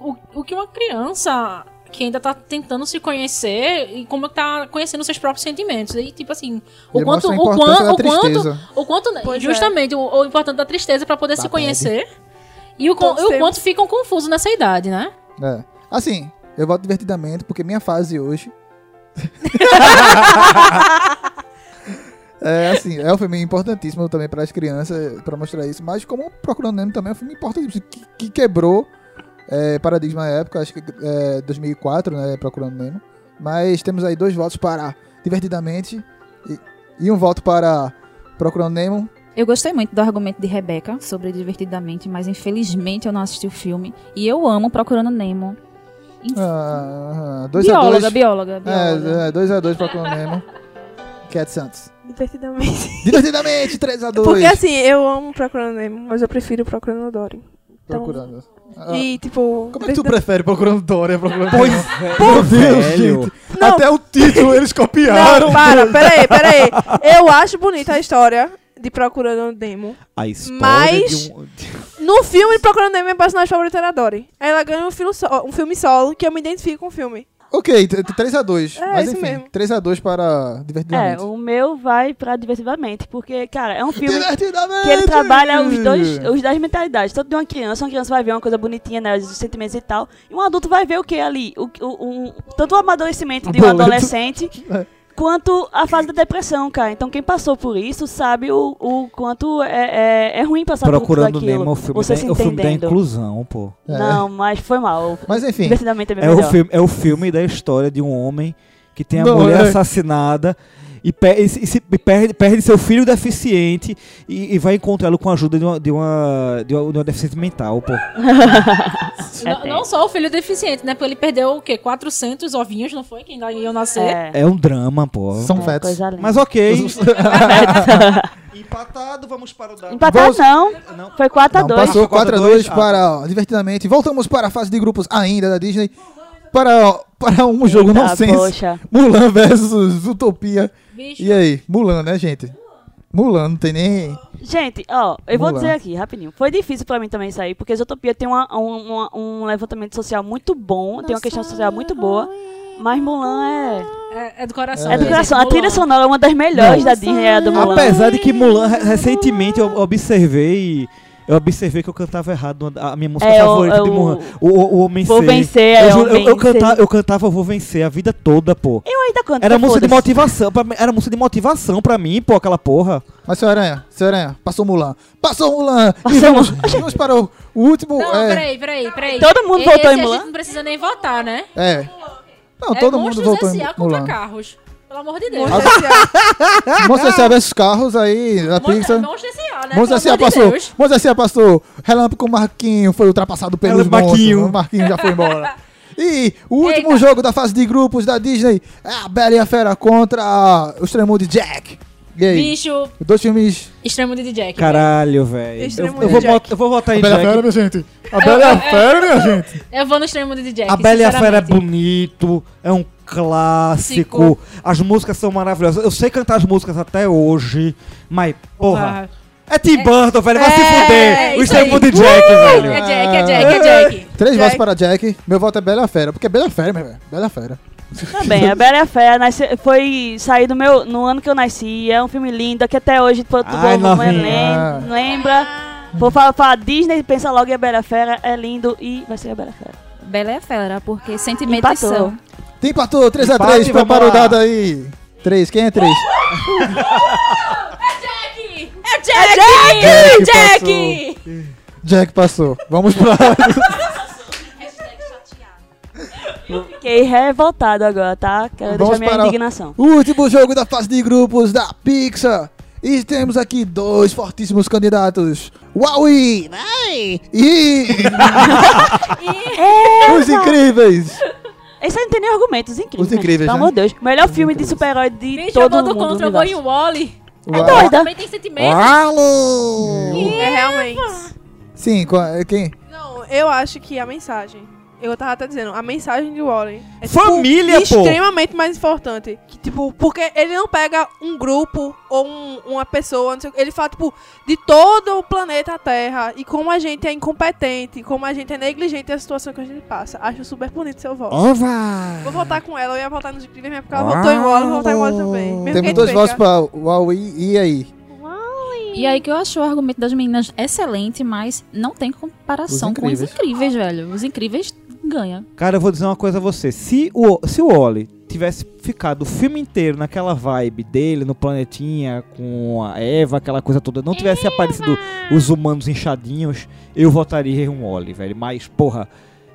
S7: o, o que uma criança que ainda tá tentando se conhecer e como tá conhecendo seus próprios sentimentos. E tipo assim, o
S2: Ele
S7: quanto.
S2: mostra a
S7: O,
S2: importância
S7: quan,
S2: da
S7: o quanto.
S2: tristeza. Tá
S7: O quanto. né,
S8: Pois é.
S7: justamente, o, o importante da tristeza pra poder
S2: Da
S7: se
S2: bad.
S7: conhecer. E o, quan-
S8: Todos
S7: e o
S8: temos.
S7: quanto ficam confusos nessa idade, né?
S2: É. Assim, eu voto divertidamente porque minha fase hoje. é assim, é um filme importantíssimo também para as crianças, para mostrar isso. Mas como Procurando Nemo também é um filme importantíssimo, que, que quebrou é, paradigma na época, acho que é 2004, né, Procurando Nemo. Mas temos aí dois votos para Divertidamente e, e um voto para Procurando Nemo.
S5: Eu gostei muito do argumento de Rebeca sobre Divertidamente, mas infelizmente eu não assisti o filme. E eu amo Procurando Nemo. Inf-
S2: Ah, 2 a
S5: bióloga,
S2: 2
S5: bióloga, bióloga.
S2: É, 2 a 2 Procurando Nemo. Cat Santos.
S8: Divertidamente.
S2: Divertidamente, 3x2.
S8: Porque assim, eu amo Procurando Nemo, mas eu prefiro Procurando Dory.
S2: Procurando. Ah,
S8: E tipo.
S2: Como é que tu prefere procurando Dória? Procurando
S9: Pois
S2: Nemo?
S9: é,
S2: Meu Deus,
S9: velho.
S2: gente.
S8: Não,
S2: Até o título eles copiaram.
S8: não, para, peraí, peraí. Eu acho bonita a história de Procurando Nemo.
S9: A história
S8: Mas-
S9: de um...
S8: No filme Procurando Nemo, minha personagem favorita era a Dory. Aí ela ganha um, filme solo, um filme solo que eu me identifico com o filme.
S2: Ok, 3x2.
S8: É,
S2: Mas
S8: isso
S2: enfim,
S8: mesmo.
S2: 3x2 para
S4: É,
S2: Divertidamente.
S4: o meu vai pra Divertidamente, porque, cara, é um filme
S2: Divertidamente!
S4: que ele trabalha os dois, os das mentalidades. Tanto de uma criança, uma criança vai ver uma coisa bonitinha, né, os sentimentos e tal, e um adulto vai ver o que ali? O, o- um- tanto o amadurecimento de um
S2: Boleto.
S9: É.
S4: adolescente, quanto à fase da depressão, cara. Então quem passou por isso sabe o, o quanto é, é, é ruim passar
S9: Procurando
S4: por tudo aquilo.
S9: Nemo, é o filme,
S4: você
S9: da,
S4: se
S9: o filme da
S4: entendendo.
S9: inclusão, pô.
S2: É.
S4: Não, mas foi mal.
S2: Mas enfim,
S4: Decididamente é bem
S9: É o,
S4: melhor.
S9: filme, é o filme da história de um homem que tem a
S2: Não,
S9: mulher
S2: é.
S9: assassinada e, pe- e se- e se- e perde, perde seu filho deficiente e, e vai encontrá-lo com a ajuda de uma, de uma, de uma, de uma deficiente mental, pô.
S4: É
S7: Não, não só o filho deficiente, né? Porque ele perdeu o quê? 400 ovinhos, não foi? Quem ia nascer.
S4: É,
S9: É um drama, pô.
S2: são
S4: é
S2: fetos.
S4: coisa linda.
S9: Mas ok. Empatado, vamos para o dado.
S4: Empatar
S2: Vamos-
S4: não,
S9: Não.
S4: foi 4 a
S2: Não,
S4: 2
S2: passou 4 a 2
S9: 4 a 2, ah.
S2: para, ó, divertidamente. Voltamos para a fase de grupos ainda da Disney. Para, ó, para um jogo
S4: Eita,
S2: nonsense.
S4: poxa.
S2: Mulan versus Utopia.
S7: Bicho.
S2: E aí, Mulan, né, gente? Mulan, não tem nem.
S4: Gente, ó, eu vou
S2: Vamos lá.
S4: dizer aqui rapidinho. Foi difícil pra mim também sair, porque Zootopia tem uma- um- uma- um levantamento social muito bom, tem uma questão social muito boa. Mas Mulan é.
S7: É, é do coração.
S4: É do
S7: né,
S4: coração.
S7: gente?
S4: A trilha
S7: Mulan.
S4: sonora é uma das melhores da Disney, é a do Mulan.
S9: Apesar de que Mulan, re- recentemente eu observei. Eu observei que eu cantava errado uma- a minha música
S4: É, o-
S9: favorita
S4: é
S9: de
S4: o-
S9: Mulan. O, o, o Homem
S4: Vou
S9: Ser.
S4: vencer,
S9: eu,
S4: é
S9: juro, eu,
S4: homem
S9: eu, canta, eu cantava Vou Vencer a vida toda, pô.
S4: Eu ainda canto.
S9: Era
S4: mas
S9: música de
S4: foda-se.
S9: motivação, pra mim- era música de motivação pra mim, pô, aquela porra.
S2: Mas, seu Aranha, seu Aranha, passou Mulan. Passou Mulan! e
S4: Passou
S2: vamos, vamos para o, o último.
S7: Não,
S2: é,
S7: peraí, peraí, peraí.
S4: Todo mundo
S7: Esse
S4: voltou em
S7: a
S4: Mulan?
S7: gente não precisa nem votar, né?
S2: é. Não, todo
S7: é
S2: mundo
S7: Monstros
S2: voltou em
S7: S.A. contra
S2: Mulan.
S7: carros. Pelo amor de Deus.
S8: Monstros S.A.
S2: Monstros
S9: Ah,
S2: S.A. versus carros aí, da
S7: Monstros
S2: Pixar.
S7: Monstros S.A., né?
S2: Monstros
S7: Pelo
S2: S.A.
S7: amor de
S2: passou.
S7: Deus.
S2: Monstros S.A. passou. Relâmpago Marquinho foi ultrapassado pelos
S9: Relâmpago
S2: monstros.
S9: Marquinho.
S2: O Marquinho já foi embora. E o último
S7: Eita.
S2: jogo da fase de grupos da Disney é a Bela e a Fera contra o Extremo de Jack. E aí?
S7: Bicho,
S2: Dois filmes.
S7: extremo de Jack.
S9: Caralho, velho. Eu,
S8: Extremo
S9: eu, vou
S8: Jack.
S9: bot- eu vou votar em É Jack.
S2: minha gente. A
S7: É,
S2: Bela e a Fera, minha gente.
S7: Eu vou no extremo de Jack.
S9: A Bela e a Fera é
S7: sinceramente.
S9: bonito, é um clássico.
S7: Cinco.
S9: As músicas são maravilhosas. Eu sei cantar as músicas até hoje, mas, porra. É Tim Burton, velho, vai se fuder.
S7: é
S9: o
S7: isso
S9: extremo
S7: aí.
S9: de Jack,
S7: É
S9: velho.
S7: Jack, é Jack, é Jack.
S2: Três
S8: Jack.
S2: votos para Jack. Meu voto é Bela e a Fera. Porque é Bela e a Fera, meu velho. Bela e a Fera.
S4: Também, Tá a Bela e a Fera nasce- foi sair do meu, no ano que eu nasci. É um filme lindo, que até hoje todo
S9: Ai,
S4: mundo
S9: novinha.
S4: lembra. lembra. Vou falar pra Disney, pensa logo em A Bela e a Fera, é lindo e vai ser A Bela e a Fera.
S5: Bela é fera, porque sentimentos
S4: Empatou.
S5: são.
S2: Tem empatou, 3x3,
S9: Empate, vamos
S2: prepara o
S9: lá.
S2: dado aí. 3, quem é 3?
S7: É Jack! Jack!
S2: Jack passou. Vamos pra.
S4: Fiquei revoltado agora, tá? Quero
S2: Vamos
S4: deixar minha
S2: para-
S4: indignação.
S2: O último jogo da fase de grupos da Pixar. E temos aqui dois fortíssimos candidatos. Huawei né? e
S7: É,
S2: os incríveis.
S4: É, Esse aí não tem nem argumentos incríveis.
S2: Os incríveis,
S4: né? Pelo
S2: né?
S4: amor de Deus. Melhor filme de super-herói de
S7: Bicho, eu
S4: todo
S7: vou
S4: mundo.
S7: do contra, eu
S4: do
S7: vou em um.
S4: universo.
S7: Wally.
S4: É
S2: Uau.
S4: doida.
S7: Também tem sentimento.
S9: Uau!
S8: É realmente.
S2: Sim, qual- é quem?
S8: Não, eu acho que a mensagem. Eu tava até dizendo, a mensagem de Warren é tipo,
S9: Família, pô!
S8: extremamente mais importante. Que, tipo, porque ele não pega um grupo ou um- uma pessoa, não sei o que. Ele fala, tipo, de todo o planeta Terra e como a gente é incompetente, como a gente é negligente a situação que a gente passa. Acho super bonito seu voto.
S9: Ah.
S8: Vou votar com ela, eu ia votar nos incríveis, mas porque ela votou em Warren, eu vou votar em Warren também. Mesmo que a
S2: Temos
S8: gente
S2: dois
S8: perca.
S2: votos pra Huawei e aí.
S5: E aí que eu acho o argumento das meninas excelente, mas não tem comparação
S2: Os
S5: com os
S2: Incríveis.
S5: incríveis, velho. Os incríveis ganha.
S9: Cara, eu vou dizer uma coisa a você. Se o, se o Oli tivesse ficado o filme inteiro naquela vibe dele, no planetinha, com a Eva, aquela coisa toda, não tivesse aparecido os humanos inchadinhos, eu votaria em um Oli, velho. Mas, porra,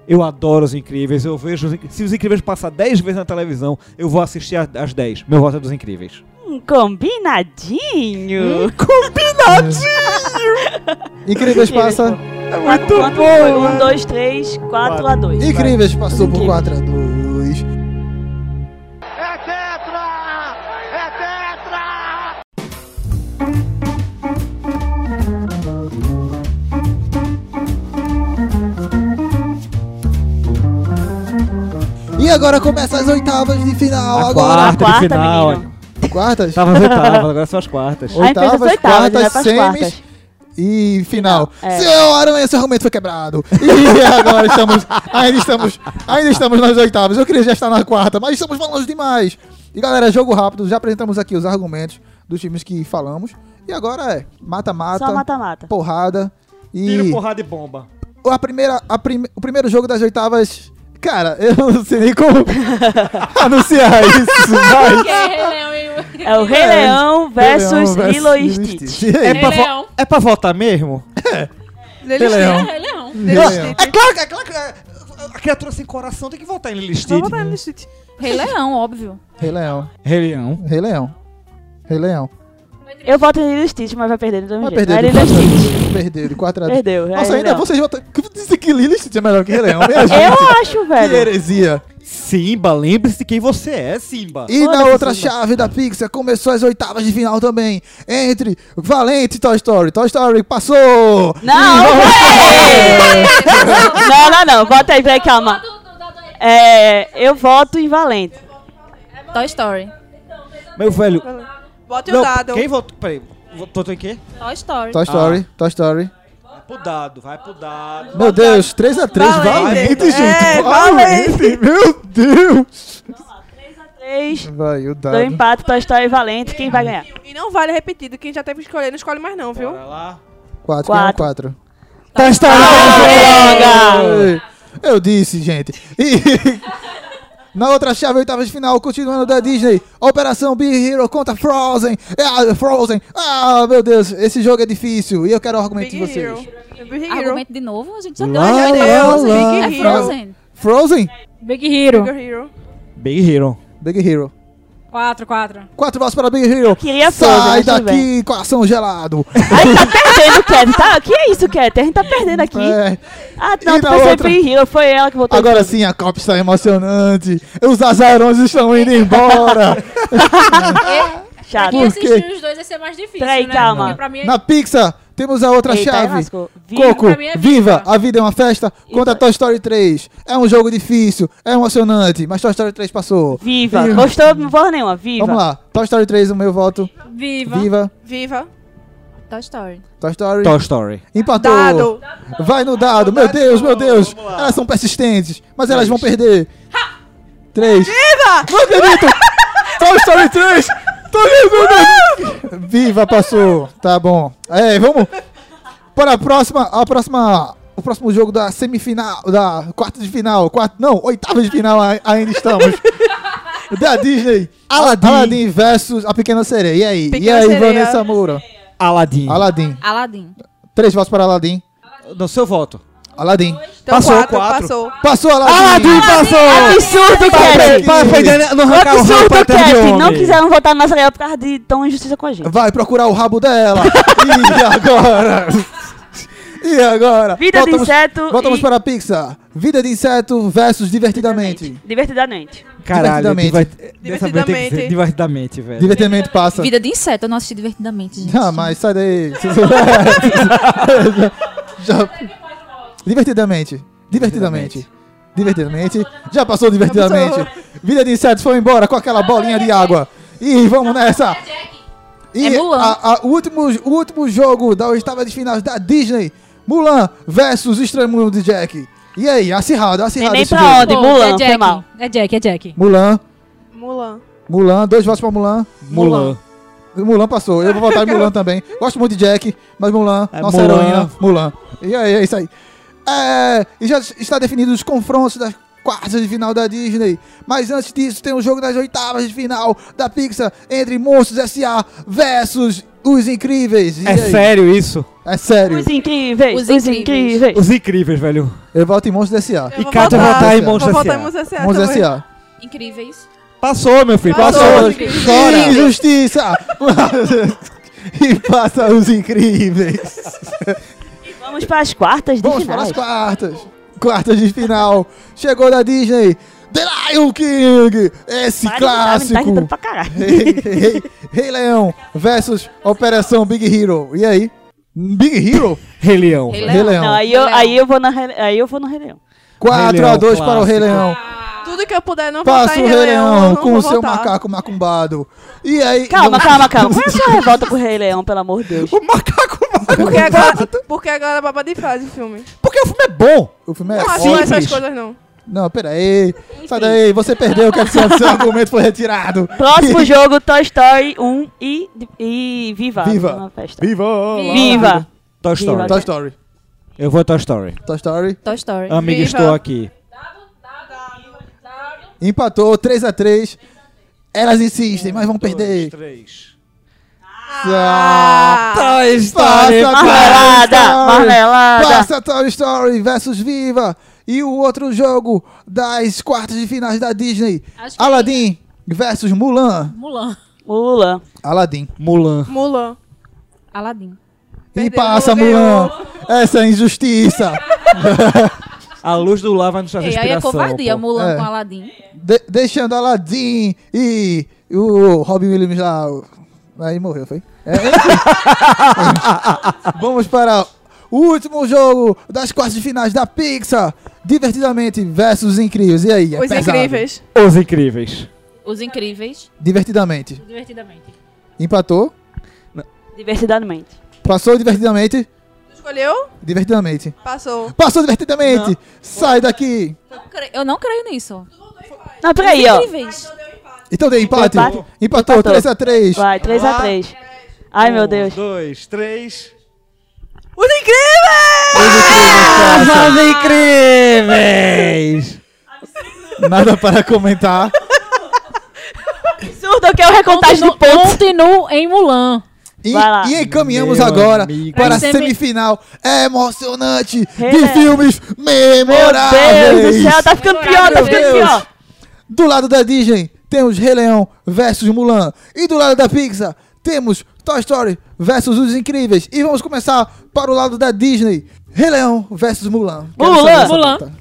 S9: eu adoro os incríveis. Eu vejo. Os, Incríveis- se os incríveis passar 10 vezes na televisão, eu vou assistir a- às 10. Meu voto é dos incríveis.
S4: Hum, combinadinho.
S2: Hum, Incríveis passa.
S4: Tá com quanto foi? Um, dois, três, quatro a dois.
S2: Incríveis passou por
S4: Incríveis.
S2: 4 a 2. E agora começa as oitavas de final.
S9: A
S2: agora.
S9: quarta, Tá
S4: quarta,
S9: de final.
S4: menino.
S2: Quartas?
S9: Tava as oitavas, agora são as quartas.
S4: A gente fez as
S2: Oitavas,
S4: oitavas, né?
S2: quartas,
S4: Pras
S2: semis.
S4: quartas.
S2: E final.
S4: Final, é.
S2: Seu aranha, seu argumento foi quebrado. E agora estamos. Ainda estamos. Ainda estamos nas oitavas. Eu queria já estar na quarta, mas estamos longe demais. E galera, jogo rápido. Já apresentamos aqui os argumentos dos times que falamos. E agora é
S4: Só
S2: mata-mata,
S4: mata-mata.
S2: porrada. E
S9: Tiro, porrada e bomba.
S2: a primeira, a prime- o primeiro jogo das oitavas Cara, eu não sei nem como anunciar isso, mas...
S7: Porque é Rei Leão e
S4: É o Rei Leão versus
S2: Leão
S4: Lilo e
S2: Lilo
S4: Stitch.
S2: E aí?
S9: É pra,
S7: Rei Leão.
S9: vo- é pra votar mesmo?
S8: Lilo e
S7: É,
S8: Stitch.
S7: Rei Leão.
S8: Lilo e
S2: Leão.
S8: Stitch.
S9: É claro que é claro que a- a criatura sem coração tem que votar em Lily
S8: Vamos
S9: Stitch.
S8: botar Lilo e Stitch.
S5: Rei Leão, óbvio.
S2: Rei Leão,
S9: Rei Leão.
S2: Rei Leão, Rei Leão.
S4: Eu voto em Lilo e Stitch, mas vai perder do mesmo
S2: Mas
S4: jeito. Vai
S2: perder de
S4: Lilo
S2: 4 a
S4: e Stitch.
S2: 2. Perder de 4 a 2.
S4: Perdeu. é
S2: Nossa,
S4: Rei
S2: ainda
S4: Leão.
S2: vocês votam... Dizem que Lilo e Stitch é melhor que Rei Leão. Me ajuda.
S4: Eu acho,
S2: Que
S4: velho.
S2: heresia.
S9: Simba, lembre-se de quem você é, Simba.
S2: E
S4: Foda-se,
S2: na outra
S4: Simba.
S2: chave da Pixar começou as oitavas de final também. Entre Valente e Toy Story. Toy Story passou!
S4: Não,
S5: Ah.
S4: véi! Não, não, não. Vota aí, peraí, calma. É, eu voto em Valente.
S5: Toy Story.
S9: Meu velho.
S8: Bota o
S9: Não,
S8: dado.
S9: quem votou? Peraí, votou em quê?
S7: Toy Story.
S2: Toy Story, Toy Story.
S9: Vai pro dado, vai pro dado.
S2: Meu Deus, 3x3,
S8: Valente.
S2: valente,
S8: É,
S2: gente! Valente! Meu Deus!
S4: 3,
S2: Vai, o dado.
S4: deu empate, Toy Story e Valente. Quem vai ganhar?
S8: E não vale repetido. Quem já teve que escolher, não escolhe mais não, viu?
S9: Bora lá.
S2: 4,
S4: Quatro.
S2: 4.
S9: Tá
S2: Tá Eu disse, gente. E... Na outra chave, oitava de final, continuando da Disney. Operação Big Hero contra Frozen. Ah, Frozen. Ah, meu Deus, esse jogo é difícil. E eu quero argumentar
S8: Big
S2: de vocês.
S8: Hero. Big Hero.
S5: Argumento de novo, a gente já
S2: Lá,
S5: deu.
S8: Meu Deus,
S2: lá,
S5: É
S8: Big Hero.
S5: Frozen.
S2: Frozen?
S7: Big Hero.
S8: Big Hero.
S9: Big Hero.
S2: Big Hero.
S7: 4, 4.
S2: Quatro votos para Big Hero.
S4: queria
S2: Sai
S4: Frozen, mas tudo
S2: daqui, coração gelado.
S4: Perdendo, Keter, tá? Que é isso, Keter? A gente tá perdendo aqui.
S2: É.
S4: Ah, não,
S2: E
S4: tu
S2: na
S4: pensou em
S2: outra?
S4: Free Hero, foi ela que votou. em
S2: Agora sim, a Copa está emocionante. Os azarões estão indo embora.
S4: Chato.
S7: Quem
S2: quê?
S7: assistir os dois vai ser mais difícil,
S4: Peraí,
S7: né?
S4: calma.
S7: Porque pra mim é
S2: Na Pixar, temos a outra
S4: Eita, aí
S2: chave.
S4: lascou. Vi-
S2: Coco,
S7: pra mim é
S2: viva!
S7: viva.
S2: A vida é uma festa contra Toy Story 3. É um jogo difícil, é emocionante, mas Toy Story 3 passou.
S4: Viva. Gostou? Não vou nenhuma. Viva.
S2: Vamos lá, Toy Story 3, o meu voto.
S7: viva.
S2: Viva!
S8: Viva.
S5: Toy Story.
S2: Toy Story.
S9: Toy Story.
S2: Empatou.
S8: Dado.
S2: Vai no dado, meu Deus, meu Deus! Elas são persistentes, mas elas vão perder. 3. Viva! Não acredito! Toy Story 3! Toy Story 3! Viva, passou! Tá bom. É, vamos para a próxima, a próxima, o próximo jogo da semifinal, da quarta de final, quarta, não, oitava de final ai- ainda estamos. Da Disney. Aladdin. versus a Pequena Sereia. E aí?
S8: Pequena
S2: e aí,
S8: Sereia.
S2: Vanessa Moura?
S9: Aladdin.
S2: Aladdin.
S5: Aladdin.
S2: Três votos para Aladdin.
S9: No seu voto.
S2: Aladdin.
S8: Então,
S9: Passou,
S8: quatro,
S9: quatro.
S8: Passou.
S2: Passou Aladdin.
S4: Ah,
S9: passou!
S4: Absurdo, Keter.
S9: no
S2: um
S4: Absurdo, Keter. Não quiseram votar na Sarah por causa de tão injustiça com a gente.
S2: Vai procurar o rabo dela. e agora? E agora?
S4: Vida de inseto
S2: Voltamos
S4: e-
S2: para a Pixar. Vida de inseto versus divertidamente.
S4: Divertidamente.
S9: Caralho,
S2: Divertidamente.
S9: divertidamente. Dessa vez tem que
S8: Divertidamente.
S9: ser divertidamente, velho.
S2: Divertidamente passa.
S5: Vida de inseto, eu não assisti divertidamente, gente.
S2: Ah, mas sai daí. Já- Divertidamente. Divertidamente. Divertidamente. Já passou divertidamente. Vida de insetos foi embora com aquela bolinha de água. E vamos nessa. E
S5: É Mulan.
S2: a- a- o, último, o último jogo da oitava de finais da Disney. Mulan versus Estranho Mundo de Jack. E aí, acirrado,
S4: Nem
S2: acirrado
S4: nem
S2: esse
S4: pra
S2: jogo.
S4: onde. Mulan,
S7: é
S4: foi
S7: Jack.
S4: mal.
S7: É Jack, é Jack.
S2: Mulan,
S8: Mulan.
S2: Mulan, dois votos pra Mulan.
S9: Mulan.
S2: Mulan passou. Eu vou votar em Mulan também. Gosto muito de Jack, mas Mulan,
S9: É
S2: nossa
S9: Mulan.
S2: heroína, Mulan. E aí, é isso aí. É, e já está definido os confrontos das quartas de final da Disney. Mas antes disso, tem o jogo das oitavas de final da Pixar entre Monstros S.A. versus Os Incríveis. E
S9: É
S2: aí?
S9: sério isso?
S2: É sério.
S4: Os incríveis. Os
S5: Os incríveis.
S4: incríveis.
S9: Os incríveis, velho.
S2: Eu voto em Monstros S.A.
S8: Eu
S9: E
S8: vou
S9: Kátia
S8: votar.
S9: votar em
S8: Vou
S9: Monstros
S8: votar em
S9: S.A.
S8: Monstros S.A.
S2: Monstros
S8: também.
S2: S.A.
S5: Incríveis.
S9: Passou, meu filho,
S8: Passou.
S9: passou.
S2: Chora! Injustiça! e passa Os Incríveis.
S4: Vamos para as quartas de
S2: Vamos para
S4: final.
S2: as quartas. Quartas de final. Chegou da Disney. The Lion King. Esse
S4: Tá irritando
S2: clássico.
S4: pra caralho.
S2: Rei, Rei- Rei Leão versus Operação Big Hero. E aí? Big Hero?
S9: Rei Leão.
S5: Rei
S2: Rei
S5: Leão.
S2: Leão.
S4: Não, aí eu,
S5: Leão.
S4: aí eu vou na Rei- aí eu vou no Rei Leão.
S2: 4
S9: Rei
S2: a
S9: Leão,
S2: 2 para o Rei
S9: clássico.
S2: Leão.
S8: Tudo que eu puder não votar
S2: Passa
S8: em
S2: o Rei Leão
S8: eu
S2: com
S8: não
S2: o
S8: vou
S2: seu
S8: votar.
S2: macaco macumbado. E aí?
S4: Calma,
S2: vamos-
S4: calma, calma. Qual é a sua revolta pro Rei Leão, pelo amor de Deus?
S9: O macaco
S8: Porque
S9: macaco.
S8: agora, porque agora é baba de frase o filme.
S9: Porque o filme é bom.
S2: O filme é
S8: Não acho
S2: ótimo.
S8: mais assim essas coisas, não.
S2: Não, pera aí. Sai daí, você perdeu, quero dizer, seu argumento foi retirado.
S4: Próximo jogo, Toy Story 1 e, e Viva.
S2: Viva.
S4: Uma festa.
S2: Viva!
S4: Viva.
S9: Toy Story.
S4: Viva.
S2: Toy Story.
S9: Eu vou Toy Story.
S2: Toy Story.
S5: Toy Story.
S8: Viva.
S9: Amiga, estou aqui.
S2: Empatou 3x3. Elas insistem, mas vão perder.
S9: Três.
S2: Ah,
S3: Toy
S2: Story,
S4: Marmelada! Marmelada!
S2: Passa Toy Story versus Viva. E o outro jogo das quartas de finais da Disney.
S7: Acho que-
S2: Aladdin versus Mulan.
S7: Mulan.
S4: Mulan.
S2: Aladdin.
S9: Mulan.
S2: tá.
S8: Mulan.
S5: Aladim.
S2: E
S8: Perdeu,
S2: passa,
S8: ganhou.
S2: Mulan. Essa é injustiça.
S9: A luz do lá vai nos trazer
S5: E aí é
S9: inspiração.
S5: covardia,
S9: pô.
S5: Mulan
S2: É.
S5: com Aladim.
S2: De- deixando Aladdin e o Robin Williams lá. o- Aí morreu, foi? É, enfim. Vamos para o último jogo das quartas de finais da Pixar. Divertidamente versus os incríveis. E aí? É
S8: Os
S2: pesado.
S8: incríveis.
S9: Os incríveis.
S5: Os Incríveis.
S2: Divertidamente.
S7: Divertidamente.
S2: Empatou.
S4: Diversidadamente.
S2: Passou divertidamente.
S8: Escolheu?
S2: Divertidamente.
S8: Passou.
S2: Passou divertidamente. Sai daqui.
S5: Não cre- Eu não creio nisso.
S4: Não, peraí, ó.
S5: Incríveis.
S2: Então deu empate.
S4: Empate.
S2: Empatou
S4: Empatou.
S2: 3x3.
S4: Vai,
S2: Ah.
S4: 3x3. Ai, meu
S9: Um,
S4: Deus.
S9: dois, três.
S8: Os incríveis!
S9: Ah, Os incríveis!
S2: Nada para comentar.
S4: Absurdo que é o recontagem de
S7: Continuo,
S4: pontos.
S7: continuo em Mulan.
S2: E,
S4: Vai lá.
S2: e encaminhamos
S9: Meu
S2: agora
S9: amigo.
S2: para a
S7: Vai ser mi-
S2: semifinal emocionante de
S4: É.
S2: filmes
S4: Meu
S2: memoráveis.
S4: Deus do céu, tá ficando pior, tá
S2: Meu
S4: ficando pior.
S2: Do lado da Disney, temos Rei Leão versus Mulan. E do lado da Pixar, temos Toy Story versus Os Incríveis. E vamos começar para o lado da Disney. Rei Leão versus Mulan. Quero
S4: Mulan.
S2: saber essa
S7: Mulan.
S2: luta.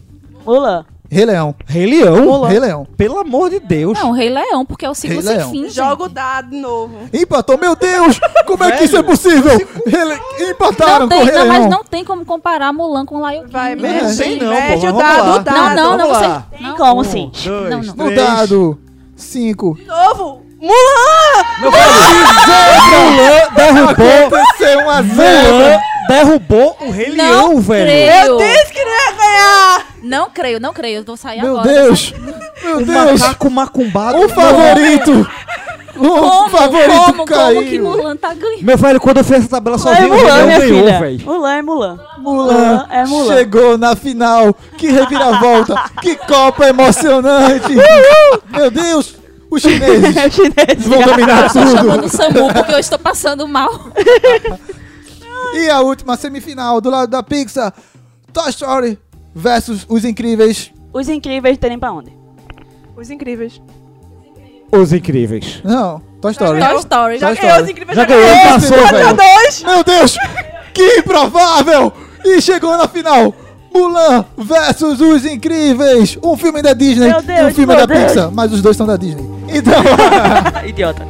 S4: Mulan.
S2: Rei Leão.
S9: Rei Leão?
S2: Rei Leão.
S9: Pelo amor de Deus.
S5: Não, Rei Leão, porque é o ciclo
S2: Rei
S5: sem
S2: Leão.
S5: fim.
S8: Joga o
S5: gente.
S8: dado de novo.
S2: Empatou. Meu Deus, como é que isso é possível? Rei- Empataram
S5: Não tem,
S2: com o Rei
S5: não,
S2: Leão.
S5: mas não tem como comparar Mulan com Lion King.
S8: Vai,
S5: Não
S8: mexe.
S5: tem.
S9: sei não,
S8: Mexe
S9: pô,
S8: o
S9: vamos lá.
S8: dado, o
S5: Não,
S8: dado.
S5: não, não,
S9: Vamos
S5: você.
S9: lá.
S4: Tem como sim.
S9: dois,
S5: Não, não.
S2: No
S9: três.
S2: dado. 5.
S8: De novo. Mulan!
S9: Meu filho, Mulan derrubou.
S2: Aconteceu 1 a 0.
S9: Mulan derrubou o Rei
S5: Não
S9: Leão, velho.
S5: creio.
S8: Disse que não ia ganhar!
S5: Não creio, não creio. Eu vou sair
S2: Meu
S5: agora.
S2: Deus! Meu
S9: O
S2: Deus!
S9: macaco macumbado.
S2: O favorito! O
S5: Como,
S2: um favorito
S5: como, como que
S2: caiu!
S5: Mulan tá ganhando?
S9: Meu velho, quando eu fiz essa tabela
S4: É
S9: sozinho, o Rei
S2: um,
S4: Mulan,
S9: Leão
S4: minha
S9: ganhou,
S4: filha.
S9: velho.
S4: Mulan é Mulan.
S2: Mulan
S4: É Mulan.
S2: Ah, chegou na final! Que reviravolta! que Copa emocionante! Meu Deus! Os chineses
S4: É o chinês.
S2: vão dominar
S5: Tô chamando
S2: tudo!
S5: o Samu porque eu estou passando mal.
S2: E a última semifinal do lado da Pixar: Toy Story versus Os Incríveis.
S4: Os incríveis terem pra onde?
S8: Os incríveis.
S9: Os incríveis.
S2: Não, Toy Story.
S5: Toy Story.
S8: Já
S2: Toy
S8: ganhou, os
S2: Story.
S8: incríveis
S9: Já
S8: já
S9: ganhou,
S8: ganharam.
S9: passou,
S2: velho.
S9: velho.
S8: Dois!
S2: Meu Deus! Que improvável! E chegou na final! Mulan versus Os Incríveis! Um filme da Disney,
S4: Meu Deus,
S2: um filme da
S4: meu Deus.
S2: Pixar, mas os dois são da Disney. Então,
S4: Idiota.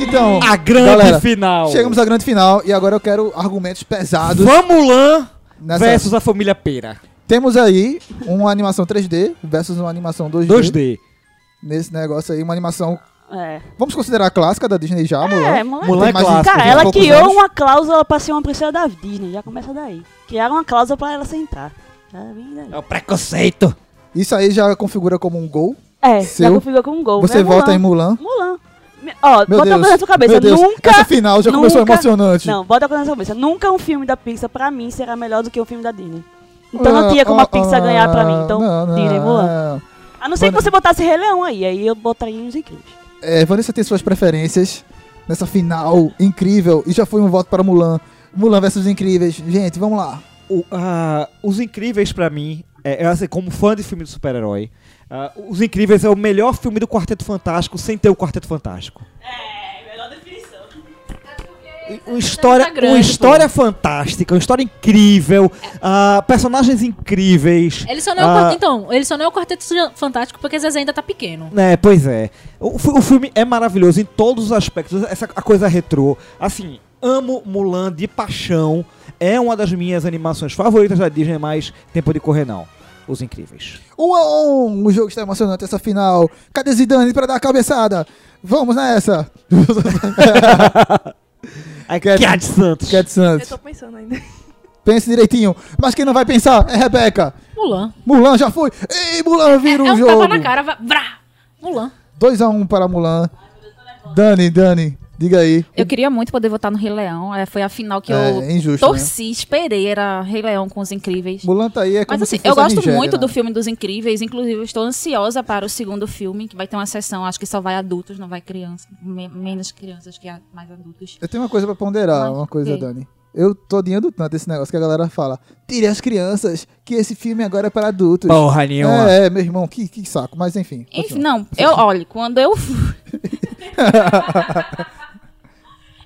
S2: então
S9: A grande
S2: galera,
S9: final.
S2: chegamos à grande final e agora eu quero argumentos pesados.
S9: Vamos Mulan
S2: nessa-
S9: versus a família Pera.
S2: Temos aí uma animação 3D versus uma animação 2D,
S9: 2D.
S2: nesse negócio aí, uma animação,
S4: É.
S2: vamos considerar a clássica da Disney já, Mulan.
S4: É, Mulan.
S9: Mulan
S2: Tem
S9: é
S2: mais de
S9: clássico.
S4: Cara,
S2: vinte e
S4: ela
S2: poucos
S4: criou
S2: anos.
S4: uma cláusula pra ser uma princesa da Disney. Já começa daí. Criaram uma cláusula pra ela sentar. Tá Já vem daí.
S9: É o preconceito.
S2: Isso aí já configura como um gol.
S4: É, já
S2: Seu-
S4: configurou com um gol.
S2: Você
S4: né,
S2: volta em
S4: Mulan.
S2: Mulan.
S4: Mulan. Me- Ó,
S2: Meu
S4: bota uma
S2: Deus.
S4: coisa na sua cabeça.
S2: Meu Deus.
S4: Nunca.
S2: Essa é final já começou
S4: nunca-
S2: emocionante.
S4: Não, bota uma coisa na sua cabeça. Nunca um filme da Pixar, pra mim, será melhor do que um filme da Disney. Então não
S2: Ah,
S4: tinha como a
S2: ah,
S4: Pixar
S2: ah,
S4: ganhar pra mim. Então,
S2: não, é. não,
S4: Disney, Mulan.
S2: não.
S4: A não ser que você botasse Rei Leão aí, aí eu botaria uns incríveis.
S2: É, Vanessa tem suas preferências nessa final incrível e já foi um voto para Mulan. Mulan versus Incríveis. Gente, vamos lá.
S9: O- ah, os Incríveis pra mim, é, é assim, como fã de filme de super-herói, ah, Os Incríveis é o melhor filme do Quarteto Fantástico sem ter o Quarteto Fantástico. E- Uma história,
S7: tá grande,
S9: uma história fantástica, uma história incrível, ah, personagens incríveis.
S7: Ele só não é o
S9: Ah.
S7: quarteto, então, ele só não é o quarteto fantástico porque Zezé ainda tá pequeno.
S9: É, pois é. O, fi- o filme é maravilhoso em todos os aspectos. Essa a coisa retrô. Assim, amo Mulan de paixão. É uma das minhas animações favoritas da Disney, mas tempo de correr não. Os Incríveis.
S2: Um a um. O jogo está emocionante essa final. Cadê Zidane para dar a cabeçada? Vamos nessa.
S9: Aí,
S2: Cat-
S9: Cat Santos.
S2: Cat
S8: Eu
S2: Santos.
S8: tô pensando ainda.
S2: Pense direitinho. Mas quem não vai pensar é Rebeca.
S7: Mulan.
S2: Mulan já foi. Ei, Mulan vira
S7: é,
S2: o
S7: é um
S2: jogo.
S7: tapa na cara, vai- vrá! Mulan.
S2: 2 a 1 para Mulan. Dani, Dani. Diga aí.
S5: Eu queria muito poder votar no Rei Leão. é, foi a final que
S2: é,
S5: eu
S2: é injusto, né?
S5: torci, esperei. Era Rei Leão com os incríveis.
S2: Mulan tá aí é como
S5: Mas assim,
S2: se fosse
S5: eu
S2: a
S5: gosto
S2: Nigéria,
S5: muito
S2: né?
S5: do filme dos Incríveis, inclusive eu estou ansiosa para o segundo filme, que vai ter uma sessão, acho que só vai adultos, não vai criança, me- menos crianças que a- mais adultos.
S2: Eu tenho uma coisa pra ponderar,
S5: Mas
S2: uma coisa,
S5: quê?
S2: Dani. Eu tô odiando tanto esse negócio que a galera fala. Tire as crianças, que esse filme agora é para adultos.
S9: Porra nenhuma.
S2: É, é, meu irmão, que, que saco. Mas enfim.
S5: Enfim,
S2: continua.
S5: não, eu olho, quando eu fui.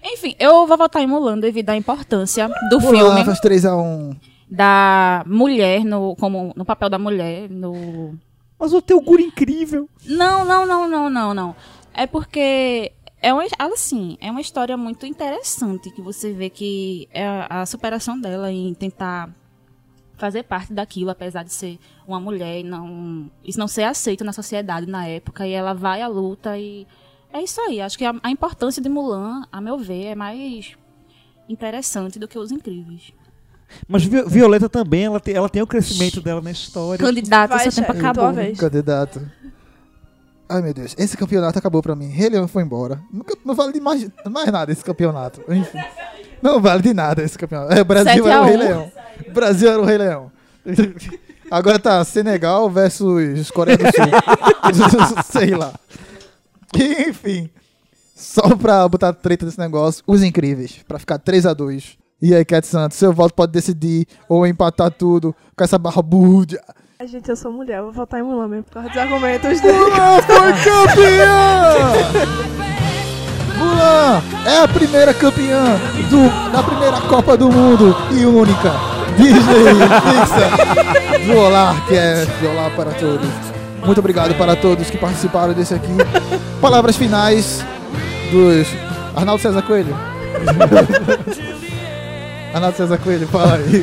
S5: Enfim, eu vou votar em Mulan devido à importância do
S2: Mulan
S5: filme
S2: faz 3x1.
S5: da mulher no como no papel da mulher no
S9: Mas o teu guri incrível.
S5: Não, não, não, não, não, não. É porque é uma, assim, é uma história muito interessante que você vê que é a, a superação dela em tentar fazer parte daquilo, apesar de ser uma mulher e não isso não ser aceito na sociedade na época e ela vai à luta e é isso aí. Acho que a, a importância de Mulan, a meu ver, é mais interessante do que os incríveis.
S9: Mas Vi- Violeta também, ela tem, ela tem o crescimento dela na história.
S8: Vai,
S5: Candidata, Ah, seu tempo
S8: chefe, tua
S5: acabou.
S8: vez.
S2: Candidato. Ai meu Deus, esse campeonato acabou pra mim. Rei Leão foi embora. Nunca, não vale de mais, mais nada esse campeonato. Enfim. Não vale de nada esse campeonato. É, o Brasil
S5: Sete
S2: era
S5: a
S2: o
S5: um.
S2: Rei Leão. O Brasil era o Rei Leão. Agora tá Senegal versus Coreia do Sul. Sei lá. E, enfim. Só pra botar treta nesse negócio, os incríveis. Pra ficar 3x2. E aí, Cat Santos, seu voto pode decidir ou empatar tudo com essa barbuda.
S8: Ai, gente, eu sou mulher, eu vou votar em Mulan mesmo por causa dos argumentos dele.
S2: foi campeã! Mulan é a primeira campeã do- da primeira Copa do Mundo e única. Disney Pixar. Violar, que é violar para todos. Muito obrigado para todos que participaram desse aqui. Palavras finais dos Arnaldo César Coelho. Arnaldo César Coelho, fala aí.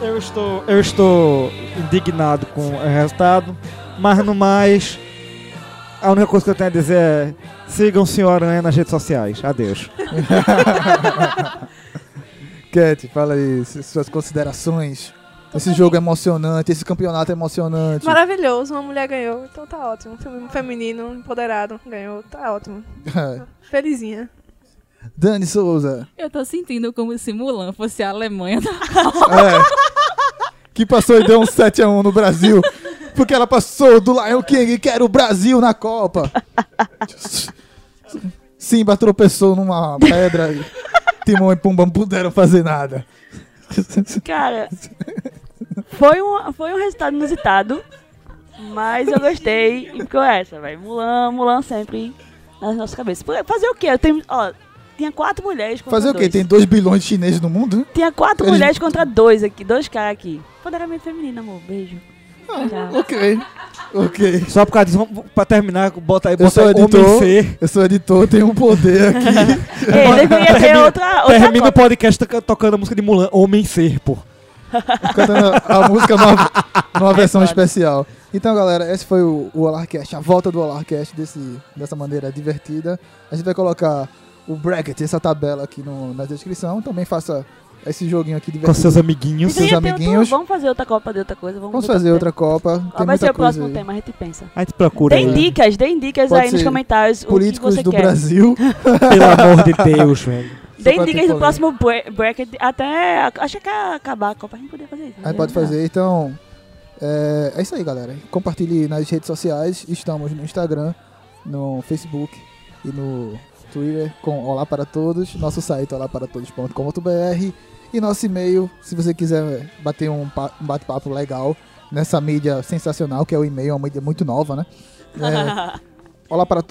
S9: Eu estou, eu estou indignado com o resultado, mas no mais, a única coisa que eu tenho a dizer é sigam o Senhor Aranha nas redes sociais. Adeus.
S2: Cat, fala aí su- suas considerações. Esse jogo é emocionante, esse campeonato é emocionante.
S8: Maravilhoso, uma mulher ganhou, então tá ótimo. Um filme feminino, empoderado, ganhou, tá ótimo.
S2: É.
S8: Felizinha.
S2: Dani Souza,
S5: Eu tô sentindo como se Mulan fosse a Alemanha
S2: que passou e deu um 7x1 no Brasil, porque ela passou do Lion King e quer o Brasil na Copa. Simba tropeçou numa pedra e Timão e Pumba não puderam fazer nada.
S4: Cara, foi um, foi um resultado inusitado, mas eu gostei e ficou essa, velho. Mulan, Mulan sempre nas nossas cabeças. Por- Fazer o quê? Eu tenho, ó, tinha quatro mulheres contra
S2: Fazer o quê?
S4: dois.
S2: Tem 2 bilhões de chineses no mundo?
S4: Tinha quatro
S2: Eles-
S4: mulheres contra dois aqui, dois caras aqui. Empoderamento feminino, amor. Beijo.
S2: Ah.
S4: Tchau.
S2: Ok, ok.
S9: Só por causa disso, vamos- pra terminar, bota aí,
S2: Eu
S9: bota
S2: sou
S9: aí homem
S2: editor,
S9: C.
S2: eu sou editor, tenho um poder aqui.
S4: Ei, deveria ter
S9: Termina-
S4: outra, outra
S9: Termina o
S4: Copa.
S9: podcast toca- tocando a música de Mulan, Homem Ser, pô.
S2: cantando a música numa, numa versão especial. Então, galera, esse foi o, o Olarcast, a volta do Olarcast desse, dessa maneira divertida. A gente vai colocar o bracket, essa tabela aqui no- na descrição. Também faça esse joguinho aqui
S9: Com
S2: divertido.
S9: seus amiguinhos.
S2: seus
S4: Deveria ter
S2: amiguinhos.
S4: Outro, vamos fazer outra Copa de outra coisa. Vamos,
S2: Vamos
S4: botar
S2: fazer
S4: um
S2: outra Copa.
S4: tema.
S2: Tem
S4: Vai ser
S2: muita
S4: o próximo
S2: coisa aí.
S4: tema, a gente pensa.
S9: Aí te procura
S4: Deem
S9: aí,
S4: dicas, deem dicas
S2: Pode
S4: aí nos
S2: ser
S4: comentários. o
S2: Políticos
S4: que, que
S2: do
S4: você quer.
S2: Brasil.
S9: pelo amor de Deus, velho.
S4: Deem
S2: Só pra
S4: dicas
S2: ter
S4: do próximo bra- bracket até. a- Acho que é acabar a Copa a gente poderia fazer isso. né?
S2: Aí pode fazer, então. É, é isso aí, galera. Compartilhe nas redes sociais. Estamos no Instagram, no Facebook e no Twitter com Olá para Todos. Nosso site olaparatodos.com.br e nosso e-mail, se você quiser bater um, pa- um bate-papo legal nessa mídia sensacional que é o e-mail, é uma mídia muito nova, né? É,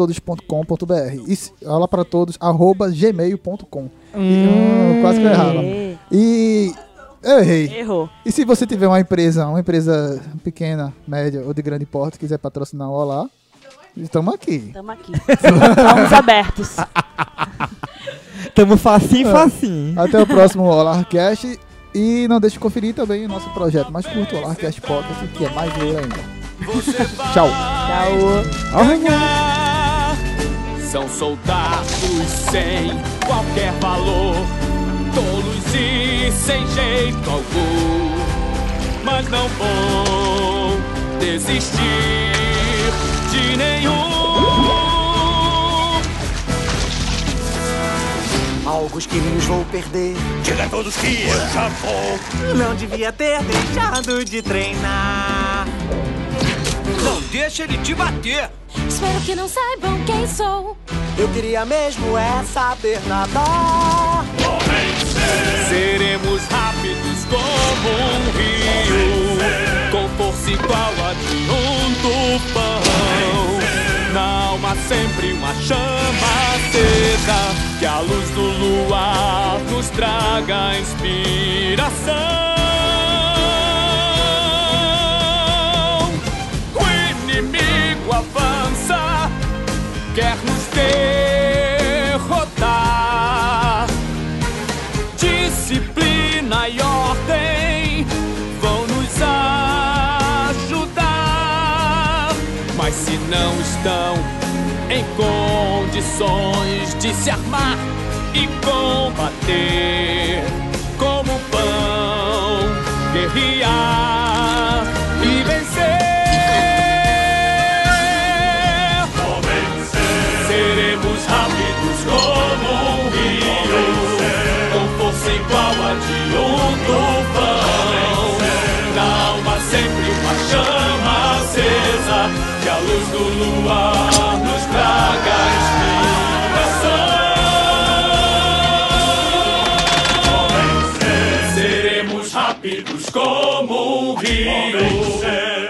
S2: olaparatodos.com.br e se- olaparatodos, arroba gmail.com. Hum, quase que eu errava.
S4: Ê,
S2: E eu errei.
S4: Errou.
S2: E se você tiver uma empresa, uma empresa pequena, média ou de grande porte, quiser patrocinar o Olá, estamos aqui.
S4: Tamo aqui. Estamos abertos.
S9: Tamo facinho, facinho.
S2: Até o próximo OlarCast. E não deixe de conferir também o nosso projeto mais curto, OlarCast Pocket, que é mais leiro ainda. Tchau.
S4: Tchau.
S6: ganhar. São soldados sem qualquer valor, tolos e sem jeito algum. Mas não vão desistir de nenhum.
S11: Alguns quilinhos vou perder.
S6: Tira todos que eu já vou.
S11: Não devia ter deixado de treinar.
S6: Não deixa ele te bater.
S12: Espero que não saibam quem sou.
S11: Eu queria mesmo é saber nadar.
S6: Seremos rápidos como um rio, com força igual a de um tufão. Na alma sempre uma chama acesa, que a luz do luar nos traga inspiração. O inimigo avança, quer nos derrotar. Disciplina e ordem vão nos ajudar. Mas se não estão em condições de se armar e combater como pão, guerrear e vencer. Seremos rápidos como um rio, com força igual a de um tufão. Na alma sempre uma chama acesa, que a luz do luar nos traga inspiração. Seremos rápidos como um rio,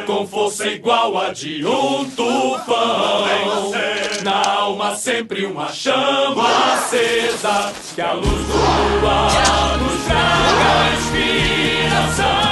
S6: com força igual a de um tufão. Na alma sempre uma chama acesa, que a luz do luar nos traga inspiração.